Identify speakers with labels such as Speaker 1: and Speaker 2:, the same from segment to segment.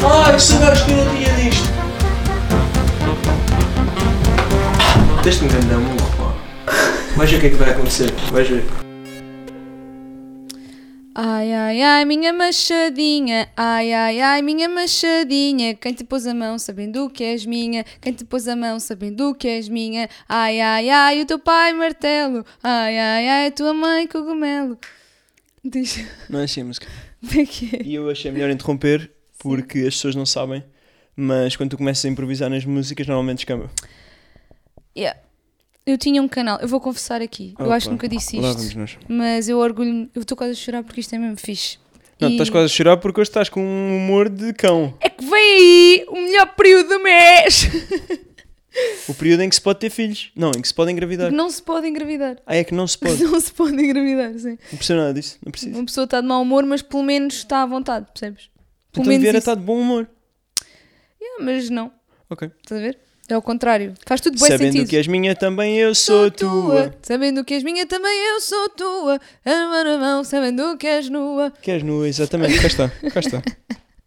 Speaker 1: Caralho, sagares que eu não tinha disto! Deste-me um grande amor, pá. Vais ver o que é que vai acontecer, vais ver.
Speaker 2: Ai, ai, ai, minha machadinha, ai, ai, ai, minha machadinha, quem te pôs a mão sabendo que és minha, quem te pôs a mão sabendo que és minha, ai, ai, ai, o teu pai martelo, ai, ai, ai, a tua mãe cogumelo. Diz,
Speaker 1: Não é assim a música.
Speaker 2: como é que é?
Speaker 1: E eu achei melhor interromper, porque as pessoas não sabem, mas quando tu começas a improvisar nas músicas, normalmente descamba.
Speaker 2: Yeah. Eu tinha um canal, eu vou confessar aqui, eu acho que nunca disse
Speaker 1: Lá
Speaker 2: isto,
Speaker 1: vamos nós.
Speaker 2: mas eu orgulho eu estou quase a chorar porque isto é mesmo fixe.
Speaker 1: Não, tu
Speaker 2: E-
Speaker 1: estás quase a chorar porque hoje estás com um humor de cão.
Speaker 2: É que vem aí o melhor período do mês!
Speaker 1: O período em que se pode ter filhos. Não, em que se pode
Speaker 2: Que
Speaker 1: engravidar.
Speaker 2: não se pode engravidar.
Speaker 1: Ah, é que não se
Speaker 2: Que
Speaker 1: pode.
Speaker 2: não se pode engravidar, sim.
Speaker 1: Não percebo nada disso. Não preciso.
Speaker 2: Uma pessoa está de mau humor, mas pelo menos está à vontade, percebes? Pelo
Speaker 1: então
Speaker 2: menos
Speaker 1: Vieira
Speaker 2: isso.
Speaker 1: está de bom humor.
Speaker 2: Yeah, mas não,
Speaker 1: Ok.
Speaker 2: estás a ver? É ao contrário. Faz tudo bem
Speaker 1: Sabendo
Speaker 2: sentido.
Speaker 1: que és minha, também eu sou tua.
Speaker 2: Sabendo que és minha, também eu sou tua. Amar a mão, sabendo que és nua.
Speaker 1: Que és nua, exatamente. Cá está, cá está.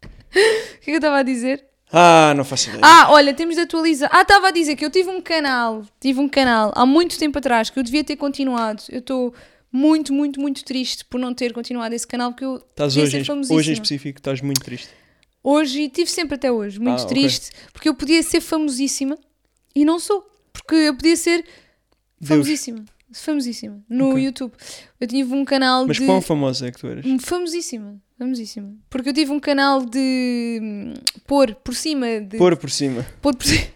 Speaker 2: O que é que eu estava a dizer?
Speaker 1: Ah, não faço ideia.
Speaker 2: Ah, olha, temos de atualizar. Ah, estava a dizer que eu tive um canal, tive um canal há muito tempo atrás que eu devia ter continuado. Eu estou muito, muito, muito triste por não ter continuado esse canal porque eu
Speaker 1: Estás
Speaker 2: devia
Speaker 1: hoje,
Speaker 2: ser
Speaker 1: em- hoje em
Speaker 2: famosíssima.
Speaker 1: específico, estás muito triste.
Speaker 2: Hoje, e tive sempre até hoje, muito
Speaker 1: Ah, ok.
Speaker 2: triste, porque eu podia ser famosíssima e não sou, porque eu podia ser
Speaker 1: Deus.
Speaker 2: famosíssima, famosíssima, no
Speaker 1: Ok.
Speaker 2: YouTube. Eu tive um canal
Speaker 1: Mas
Speaker 2: de...
Speaker 1: quão famosa é que tu eras?
Speaker 2: Famosíssima, famosíssima, porque eu tive um canal de hum, pôr por cima, de...
Speaker 1: Pôr por cima.
Speaker 2: pôr por cima...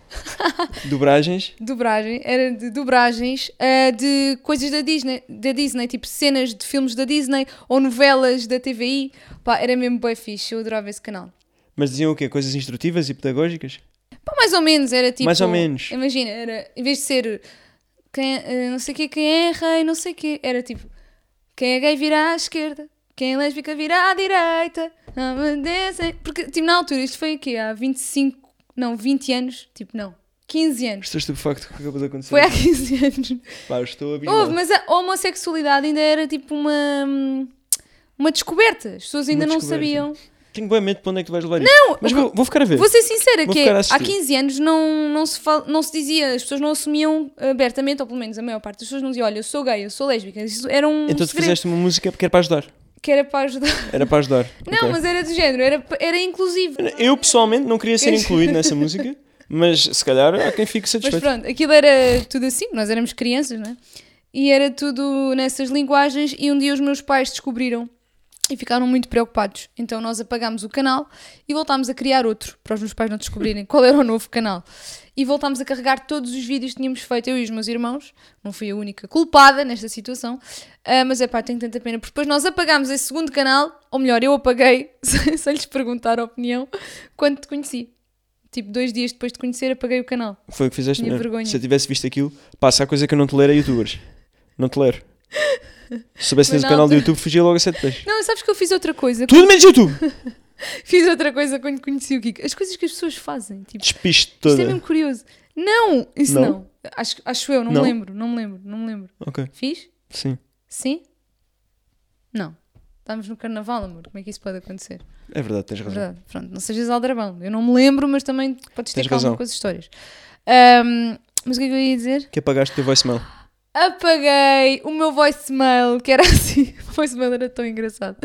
Speaker 1: Dobragens.
Speaker 2: Dobragem, era de dobragens ah, de coisas da Disney, da Disney, tipo cenas de filmes da Disney ou novelas da TVI. Pá, era mesmo bem fixe, eu adorava esse canal.
Speaker 1: Mas diziam o quê? Coisas instrutivas e pedagógicas?
Speaker 2: Pá, mais ou menos, era tipo.
Speaker 1: Mais ou menos.
Speaker 2: Imagina, era, em vez de ser quem, eh, não sei o quê, quem é rei, não sei o quê, era tipo quem é gay virá à esquerda, quem é lésbica virá à direita, não me desem. Porque, tipo, na altura, isto foi o quê? Há 25, não, 20 anos, tipo, não, 15 anos.
Speaker 1: Estou estupefacto com o que acabou de acontecer.
Speaker 2: Foi há 15 anos.
Speaker 1: Pá, eu estou
Speaker 2: Não
Speaker 1: abismado.
Speaker 2: Houve, mas a homossexualidade ainda era tipo uma. Uma descoberta. As pessoas ainda
Speaker 1: Uma
Speaker 2: não
Speaker 1: descoberta.
Speaker 2: sabiam.
Speaker 1: Tenho bem medo para onde é que tu vais levar isto. Não! Mas vou, vou ficar a ver.
Speaker 2: Vou ser sincera,
Speaker 1: Vou
Speaker 2: que é,
Speaker 1: ficar a
Speaker 2: há
Speaker 1: assistir.
Speaker 2: 15 anos não, não, se fal, não se dizia, as pessoas não assumiam abertamente, ou pelo menos a maior parte das pessoas não dizia, olha, eu sou gay, eu sou lésbica. Isso era um
Speaker 1: Então tu
Speaker 2: segredo
Speaker 1: fizeste uma música porque era para ajudar.
Speaker 2: que era para ajudar.
Speaker 1: Era para ajudar.
Speaker 2: Não,
Speaker 1: Ok.
Speaker 2: mas era do género, era, era inclusivo.
Speaker 1: Eu pessoalmente não queria ser
Speaker 2: Queres-
Speaker 1: incluído nessa música, mas se calhar há quem fique
Speaker 2: Mas
Speaker 1: satisfeito.
Speaker 2: pronto, aquilo era tudo assim, nós éramos crianças, não é? E era tudo nessas linguagens e um dia os meus pais descobriram e ficaram muito preocupados. Então nós apagámos o canal e voltámos a criar outro, para os meus pais não descobrirem qual era o novo canal. E voltámos a carregar todos os vídeos que tínhamos feito, eu e os meus irmãos. Não fui a única culpada nesta situação, ah, mas é pá, tenho tanta pena. Porque depois nós apagámos esse segundo canal, ou melhor, eu apaguei, sem sem lhes perguntar a opinião, quando te conheci. Tipo, dois dias depois de conhecer, apaguei o canal.
Speaker 1: Foi o que fizeste
Speaker 2: Minha
Speaker 1: mesmo.
Speaker 2: vergonha.
Speaker 1: Se eu tivesse visto aquilo, passa a coisa que eu não tolero é youtubers. Não tolero. Se soubesse tens
Speaker 2: Mas
Speaker 1: o
Speaker 2: na
Speaker 1: canal do
Speaker 2: altura-
Speaker 1: YouTube, fugia logo a sete pés.
Speaker 2: Não, sabes que eu fiz outra coisa.
Speaker 1: Tudo menos YouTube!
Speaker 2: Fiz outra coisa quando conheci o Kiko. As coisas que as pessoas fazem. Tipo,
Speaker 1: Despiste
Speaker 2: isto é
Speaker 1: toda.
Speaker 2: mesmo curioso. Não, isso
Speaker 1: Não?
Speaker 2: não. Acho, acho eu, não,
Speaker 1: Não?
Speaker 2: me lembro, não me lembro, não me lembro.
Speaker 1: Ok,
Speaker 2: Fiz?
Speaker 1: sim.
Speaker 2: Sim? Não. Estamos no carnaval, amor. Como é que isso pode acontecer?
Speaker 1: É verdade, tens razão.
Speaker 2: Verdade. Pronto, não sejas aldrabão. Eu não me lembro, mas também podes ter
Speaker 1: Tens
Speaker 2: calma
Speaker 1: razão.
Speaker 2: com as histórias. Ahm, mas o que é que eu ia dizer?
Speaker 1: Que apagaste o teu voicemail.
Speaker 2: apaguei o meu voicemail, que era assim. O voicemail era tão engraçado.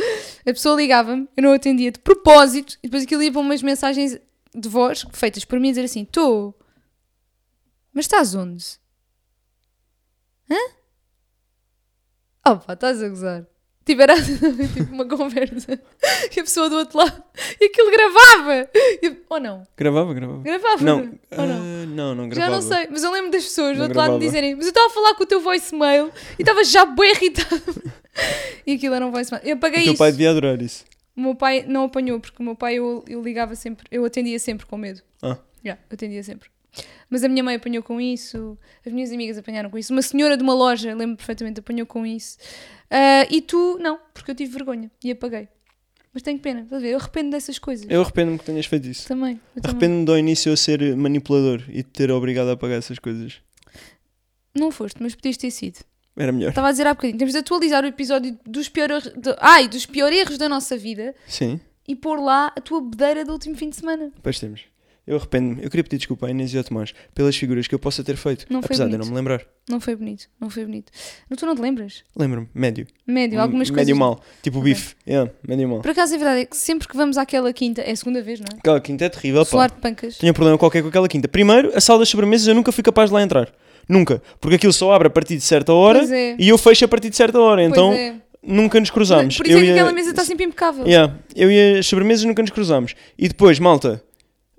Speaker 2: A pessoa ligava-me, eu não atendia de propósito, e depois aquilo ia para umas mensagens de voz feitas por mim a dizer assim: Estou, mas estás onde? Hã? Opa, Oh, estás a gozar. Tiveram tipo, uma conversa e a pessoa do outro lado e aquilo gravava. E- ou não?
Speaker 1: Gravava, gravava.
Speaker 2: Gravava?
Speaker 1: Não,
Speaker 2: ou não?
Speaker 1: ah, não, não
Speaker 2: Já
Speaker 1: gravava.
Speaker 2: não sei, mas eu lembro das pessoas do
Speaker 1: Não
Speaker 2: outro lado me
Speaker 1: gravava.
Speaker 2: dizerem Mas eu estava a falar com o teu voicemail e estava já bem irritada E aquilo era um voicemail Eu
Speaker 1: O
Speaker 2: apaguei
Speaker 1: teu
Speaker 2: isso
Speaker 1: pai devia adorar isso.
Speaker 2: O meu pai não apanhou porque o meu pai eu, eu ligava sempre Eu atendia sempre com medo
Speaker 1: Ah.
Speaker 2: Já, Eu atendia sempre Mas a minha mãe apanhou com isso As minhas amigas apanharam com isso Uma senhora de uma loja, lembro perfeitamente, apanhou com isso Ah, E tu, não, porque eu tive vergonha E apaguei Mas tenho pena, estás a ver? Eu arrependo dessas coisas
Speaker 1: Eu arrependo-me que tenhas feito isso.
Speaker 2: Também, eu também.
Speaker 1: Arrependo-me de ao início eu ser manipulador e de ter obrigado a apagar essas coisas.
Speaker 2: Não foste, mas podias ter sido
Speaker 1: Era melhor.
Speaker 2: Estava a dizer há bocadinho, temos de atualizar o episódio dos, pior, de, ai, dos pior erros da nossa vida
Speaker 1: Sim.
Speaker 2: e pôr lá a tua bedeira do último fim de semana.
Speaker 1: Pois temos. Eu arrependo-me. Eu queria pedir desculpa à Inês e ao Tomás pelas figuras que eu possa ter feito,
Speaker 2: Não foi
Speaker 1: apesar de eu
Speaker 2: bonito.
Speaker 1: não me lembrar.
Speaker 2: Não foi bonito, não foi bonito. Não, tu não te lembras?
Speaker 1: Lembro-me, médio.
Speaker 2: Médio, algumas
Speaker 1: Hum, médio
Speaker 2: coisas.
Speaker 1: mal, tipo o bife. Yeah, médio mal.
Speaker 2: Por acaso, a verdade é que sempre que vamos àquela quinta, é a segunda vez, não é?
Speaker 1: Aquela quinta é terrível, pá.
Speaker 2: Solar de pancas.
Speaker 1: Tinha um problema qualquer com aquela quinta. Primeiro, a sala das sobremesas eu nunca fui capaz de lá entrar. Nunca. Porque aquilo só abre a partir de certa hora
Speaker 2: Pois é.
Speaker 1: e eu fecho a partir de certa hora. Então
Speaker 2: pois é.
Speaker 1: nunca nos cruzámos.
Speaker 2: Por isso
Speaker 1: eu
Speaker 2: é que
Speaker 1: e a-
Speaker 2: aquela mesa está sempre impecável.
Speaker 1: Yeah, eu e as sobremesas nunca nos cruzámos. E depois, malta,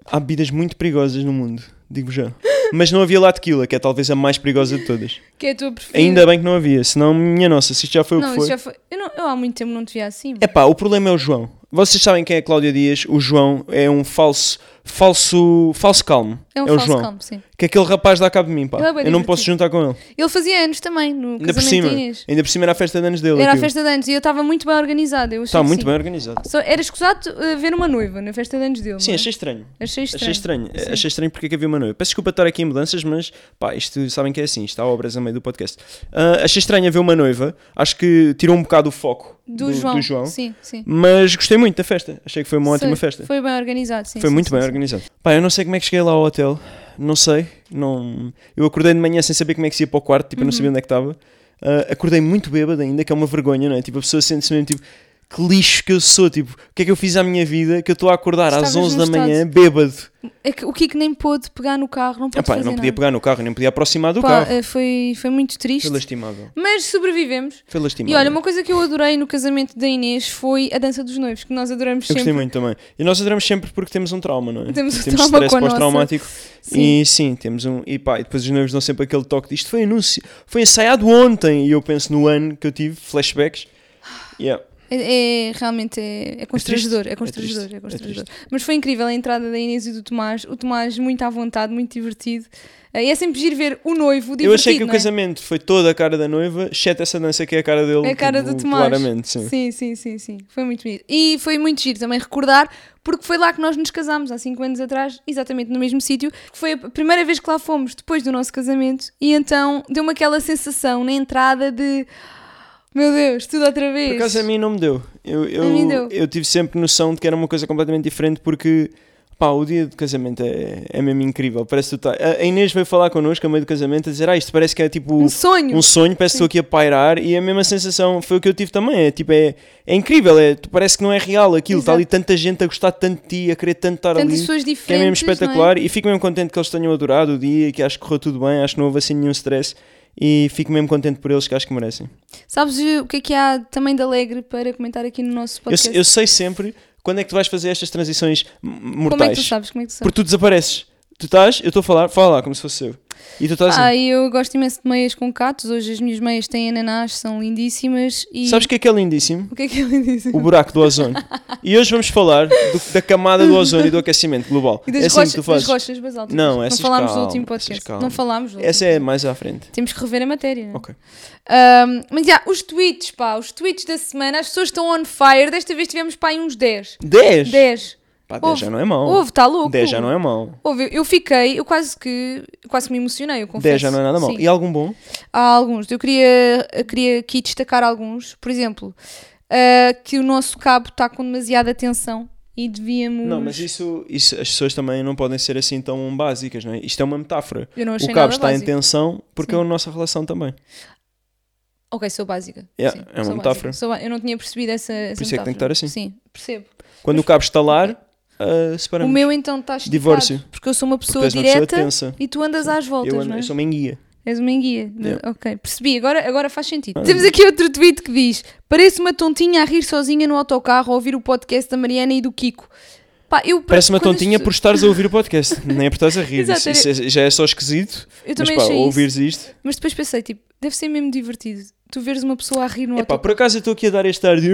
Speaker 1: há bebidas muito perigosas no mundo, digo já. Mas não havia lá tequila, que é talvez a mais perigosa de todas.
Speaker 2: Que é a tua preferida.
Speaker 1: Ainda bem que não havia, senão, minha nossa, se isto já foi o
Speaker 2: não,
Speaker 1: que
Speaker 2: isso
Speaker 1: foi.
Speaker 2: já foi. Eu, não- eu há muito tempo não te via assim.
Speaker 1: Epá, o problema é o João. Vocês sabem quem é Cláudia Dias? O João é um falso, falso, falso calmo.
Speaker 2: É um
Speaker 1: o
Speaker 2: falso
Speaker 1: João.
Speaker 2: campo, sim.
Speaker 1: Que aquele rapaz dá cabo de mim, pá.
Speaker 2: Ele é bué
Speaker 1: eu não posso juntar
Speaker 2: divertido.
Speaker 1: com ele.
Speaker 2: Ele fazia anos também, no
Speaker 1: Ainda por
Speaker 2: casamento
Speaker 1: cima.
Speaker 2: da Inês.
Speaker 1: Ainda por cima era a festa de anos dele.
Speaker 2: Era a
Speaker 1: aquilo.
Speaker 2: festa de anos e eu estava muito bem organizada. Eu achei
Speaker 1: Está
Speaker 2: que
Speaker 1: muito
Speaker 2: sim.
Speaker 1: bem organizado.
Speaker 2: Só era escusado eh, ver uma noiva na festa de anos dele.
Speaker 1: Sim,
Speaker 2: não é?
Speaker 1: achei estranho.
Speaker 2: achei estranho.
Speaker 1: Achei estranho, achei estranho porque é que havia uma noiva. Peço desculpa de estar aqui em mudanças, mas pá, isto sabem que é assim, está obras a meio do podcast. Ah, achei estranho haver uma noiva, acho que tirou um bocado o foco
Speaker 2: Do, João. Sim, sim.
Speaker 1: mas gostei muito da festa, achei que foi uma ótima
Speaker 2: Sei,
Speaker 1: festa.
Speaker 2: Foi bem organizado, sim.
Speaker 1: Foi
Speaker 2: sim,
Speaker 1: muito
Speaker 2: sim,
Speaker 1: bem
Speaker 2: sim.
Speaker 1: organizado. Pá, eu não sei como é que cheguei lá ao hotel, não sei, não... eu acordei de manhã sem saber como é que se ia para o quarto,
Speaker 2: Uhum.
Speaker 1: tipo, eu não sabia onde é que estava. Ah, acordei muito bêbado ainda, que é uma vergonha, não é? Tipo, a pessoa sente-se mesmo tipo, que lixo que eu sou, tipo, o que é que eu fiz à minha vida que eu estou a acordar às
Speaker 2: Estavas
Speaker 1: 11
Speaker 2: num
Speaker 1: da manhã, bêbado.
Speaker 2: É que o Kiko nem pôde pegar no carro, não pôde
Speaker 1: Epá, eu
Speaker 2: fazer
Speaker 1: não podia
Speaker 2: nada.
Speaker 1: pegar no carro, nem podia aproximar do
Speaker 2: Pá,
Speaker 1: carro.
Speaker 2: eh, foi, foi muito triste,
Speaker 1: Foi lastimável.
Speaker 2: mas sobrevivemos.
Speaker 1: Foi lastimável.
Speaker 2: E olha, uma coisa que eu adorei no casamento da Inês foi a dança dos noivos, que nós adoramos
Speaker 1: eu gostei
Speaker 2: sempre.
Speaker 1: muito também. E nós adoramos sempre porque temos um trauma, não é?
Speaker 2: Temos um
Speaker 1: temos
Speaker 2: trauma
Speaker 1: stress
Speaker 2: com a
Speaker 1: pós-traumático.
Speaker 2: Sim.
Speaker 1: E sim, temos um. E pá, e depois os noivos dão sempre aquele toque de isto foi anúncio, foi ensaiado ontem. E eu penso no ano que eu tive, flashbacks. Yeah.
Speaker 2: É, é- realmente é, é constrangedor, é,
Speaker 1: triste, é
Speaker 2: constrangedor,
Speaker 1: triste,
Speaker 2: é
Speaker 1: é
Speaker 2: constrangedor. Mas foi incrível a entrada da Inês e do Tomás, o Tomás muito à vontade, muito divertido. Eh, E é sempre giro ver o noivo divertido,
Speaker 1: eu achei que o
Speaker 2: não é?
Speaker 1: casamento foi toda a cara da noiva, exceto essa dança que é a cara dele.
Speaker 2: É a cara
Speaker 1: tipo,
Speaker 2: do Tomás.
Speaker 1: Claramente, sim.
Speaker 2: Sim, sim, sim, sim. Foi muito bonito. E foi muito giro também recordar, porque foi lá que nós nos casámos, há 5 anos atrás, exatamente no mesmo sítio. Foi a primeira vez que lá fomos, depois do nosso casamento. E então deu-me aquela sensação na entrada de: Meu Deus, tudo outra vez.
Speaker 1: Por acaso é a mim não me deu. Eu, eu,
Speaker 2: mim deu.
Speaker 1: eu tive sempre noção de que era uma coisa completamente diferente porque pá, o dia de casamento é, é mesmo incrível. Parece que tu tá... A a Inês veio falar connosco a meio do casamento a dizer ah, isto parece que é tipo
Speaker 2: Um sonho.
Speaker 1: um sonho, parece que estou aqui a pairar e a mesma sensação foi o que eu tive também. É tipo, é, é incrível, é, tu parece que não é real aquilo, está ali tanta gente a gostar tanto de ti, a querer tanto estar
Speaker 2: Tantas
Speaker 1: ali.
Speaker 2: pessoas
Speaker 1: Que é mesmo
Speaker 2: diferentes. não
Speaker 1: espetacular e fico mesmo contente que eles tenham adorado o dia, que acho que correu tudo bem, acho que não houve assim nenhum stress e fico mesmo contente por eles que acho que merecem.
Speaker 2: Sabes eh, o que é que há também de alegre para comentar aqui no nosso
Speaker 1: Eu,
Speaker 2: podcast?
Speaker 1: eu sei sempre quando é que tu vais fazer estas transições m-
Speaker 2: Como é que
Speaker 1: mortais.
Speaker 2: tu sabes? Como é que tu sabes?
Speaker 1: Porque tu desapareces. Tu estás, eu estou a falar, fala lá, como se fosse eu. E tu estás assim.
Speaker 2: Ah, eu gosto imenso de meias com catos. Hoje as minhas meias têm ananás, são lindíssimas. E
Speaker 1: Sabes o que é que é lindíssimo?
Speaker 2: o que é que ele disse?
Speaker 1: O buraco do ozono. e hoje vamos falar do- da camada do ozono e do aquecimento global.
Speaker 2: E das,
Speaker 1: é assim
Speaker 2: rochas,
Speaker 1: que tu
Speaker 2: das
Speaker 1: fazes.
Speaker 2: rochas basálticas.
Speaker 1: Não, essas
Speaker 2: Não falámos do
Speaker 1: calma,
Speaker 2: último
Speaker 1: essas
Speaker 2: podcast.
Speaker 1: calma.
Speaker 2: Não falámos. do
Speaker 1: Essa
Speaker 2: último.
Speaker 1: é mais à frente.
Speaker 2: Temos que rever a matéria. não é?
Speaker 1: Ok.
Speaker 2: Ahm, mas já, os tweets, pá, os tweets da semana, as pessoas estão on fire. Desta vez tivemos, pá, aí uns 10.
Speaker 1: 10!
Speaker 2: 10.
Speaker 1: Pá, 10
Speaker 2: Houve.
Speaker 1: já não é mau.
Speaker 2: Houve, está tá louco.
Speaker 1: 10 já não é mau.
Speaker 2: Houve, eu- eu fiquei, eu quase que, quase que me emocionei, eu confesso.
Speaker 1: 10 já não é nada mau.
Speaker 2: Sim.
Speaker 1: E algum bom?
Speaker 2: Há alguns. Eu queria, eu queria aqui destacar alguns. Por exemplo, ah, que o nosso cabo está com demasiada tensão e devíamos...
Speaker 1: Não, mas isso, isso as pessoas também não podem ser assim tão básicas, não é? Isto é uma metáfora.
Speaker 2: Eu não
Speaker 1: O
Speaker 2: achei
Speaker 1: cabo
Speaker 2: nada
Speaker 1: está em
Speaker 2: básico.
Speaker 1: tensão porque é a nossa relação também.
Speaker 2: Ok, sou básica.
Speaker 1: Yeah, é uma
Speaker 2: sou
Speaker 1: metáfora.
Speaker 2: básica. Sou ba- eu não tinha percebido essa, essa
Speaker 1: Por isso é que tem que
Speaker 2: metáfora.
Speaker 1: estar assim.
Speaker 2: Sim, percebo.
Speaker 1: Quando o cabo estalar, uh, separamos.
Speaker 2: O meu então está esticado.
Speaker 1: Divórcio.
Speaker 2: Porque eu sou uma
Speaker 1: Tu
Speaker 2: pessoa
Speaker 1: és uma pessoa
Speaker 2: direta
Speaker 1: tensa.
Speaker 2: e tu andas às voltas,
Speaker 1: Eu, ando,
Speaker 2: não é?
Speaker 1: eu sou uma enguia.
Speaker 2: És uma enguia.
Speaker 1: Yeah. Ah.
Speaker 2: Ok, percebi. Agora, agora faz sentido. Temos aqui outro tweet que diz Parece uma tontinha a rir sozinha no autocarro a ouvir o podcast da Mariana e do Kiko. Pá, eu...
Speaker 1: Parece uma
Speaker 2: quando
Speaker 1: tontinha
Speaker 2: as
Speaker 1: por estares a ouvir o podcast, nem é por estares a rir.
Speaker 2: Exato,
Speaker 1: isso, isso é- já é só esquisito.
Speaker 2: Eu
Speaker 1: mas
Speaker 2: também
Speaker 1: pá,
Speaker 2: achei isso.
Speaker 1: ouvires isto.
Speaker 2: Mas depois pensei, tipo, deve ser mesmo divertido. Tu veres uma pessoa a rir no
Speaker 1: Epá,
Speaker 2: autocarro.
Speaker 1: por acaso eu estou aqui a dar este ar de.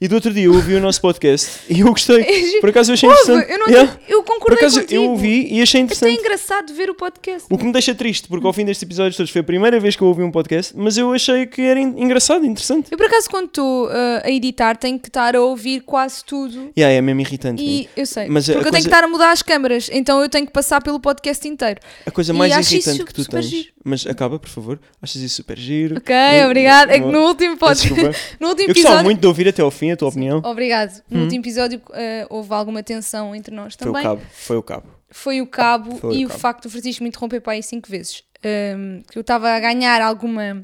Speaker 1: E do outro dia eu ouvi o nosso podcast e eu gostei.
Speaker 2: É giro.
Speaker 1: Por acaso eu achei
Speaker 2: Ouve,
Speaker 1: interessante.
Speaker 2: eu, não
Speaker 1: Yeah.
Speaker 2: eu
Speaker 1: Por
Speaker 2: concordei
Speaker 1: acaso
Speaker 2: contigo.
Speaker 1: eu ouvi e achei
Speaker 2: Até é
Speaker 1: interessante.
Speaker 2: engraçado ver o podcast.
Speaker 1: O que me deixa triste, porque ao fim destes episódios todos foi a primeira vez que eu ouvi um podcast, mas eu achei que era en- engraçado, interessante.
Speaker 2: Eu, por acaso, quando estou ah, a editar, tenho que estar a ouvir quase tudo.
Speaker 1: Yeah, é mesmo irritante. né?
Speaker 2: E eu sei,
Speaker 1: Mas a
Speaker 2: porque eu tenho
Speaker 1: coisa-
Speaker 2: que estar a mudar as câmaras, então eu tenho que passar pelo podcast inteiro.
Speaker 1: A coisa
Speaker 2: E
Speaker 1: mais
Speaker 2: acho
Speaker 1: irritante
Speaker 2: isso
Speaker 1: que tu
Speaker 2: super
Speaker 1: tens.
Speaker 2: giro.
Speaker 1: Mas acaba, por favor. Achas isso super giro?
Speaker 2: Ok, bem, obrigado. É que no último
Speaker 1: Peço
Speaker 2: podcast.
Speaker 1: desculpa.
Speaker 2: No último
Speaker 1: Eu gostava
Speaker 2: episódio. Oh,
Speaker 1: muito de ouvir até ao fim a tua opinião.
Speaker 2: Obrigado. No último episódio eh, houve alguma tensão entre nós
Speaker 1: Foi o
Speaker 2: também.
Speaker 1: cabo, foi o cabo.
Speaker 2: Foi o cabo
Speaker 1: Foi
Speaker 2: e
Speaker 1: o
Speaker 2: o
Speaker 1: cabo.
Speaker 2: facto do Francisco me interromper para aí cinco vezes. Ahm, que eu estava a ganhar alguma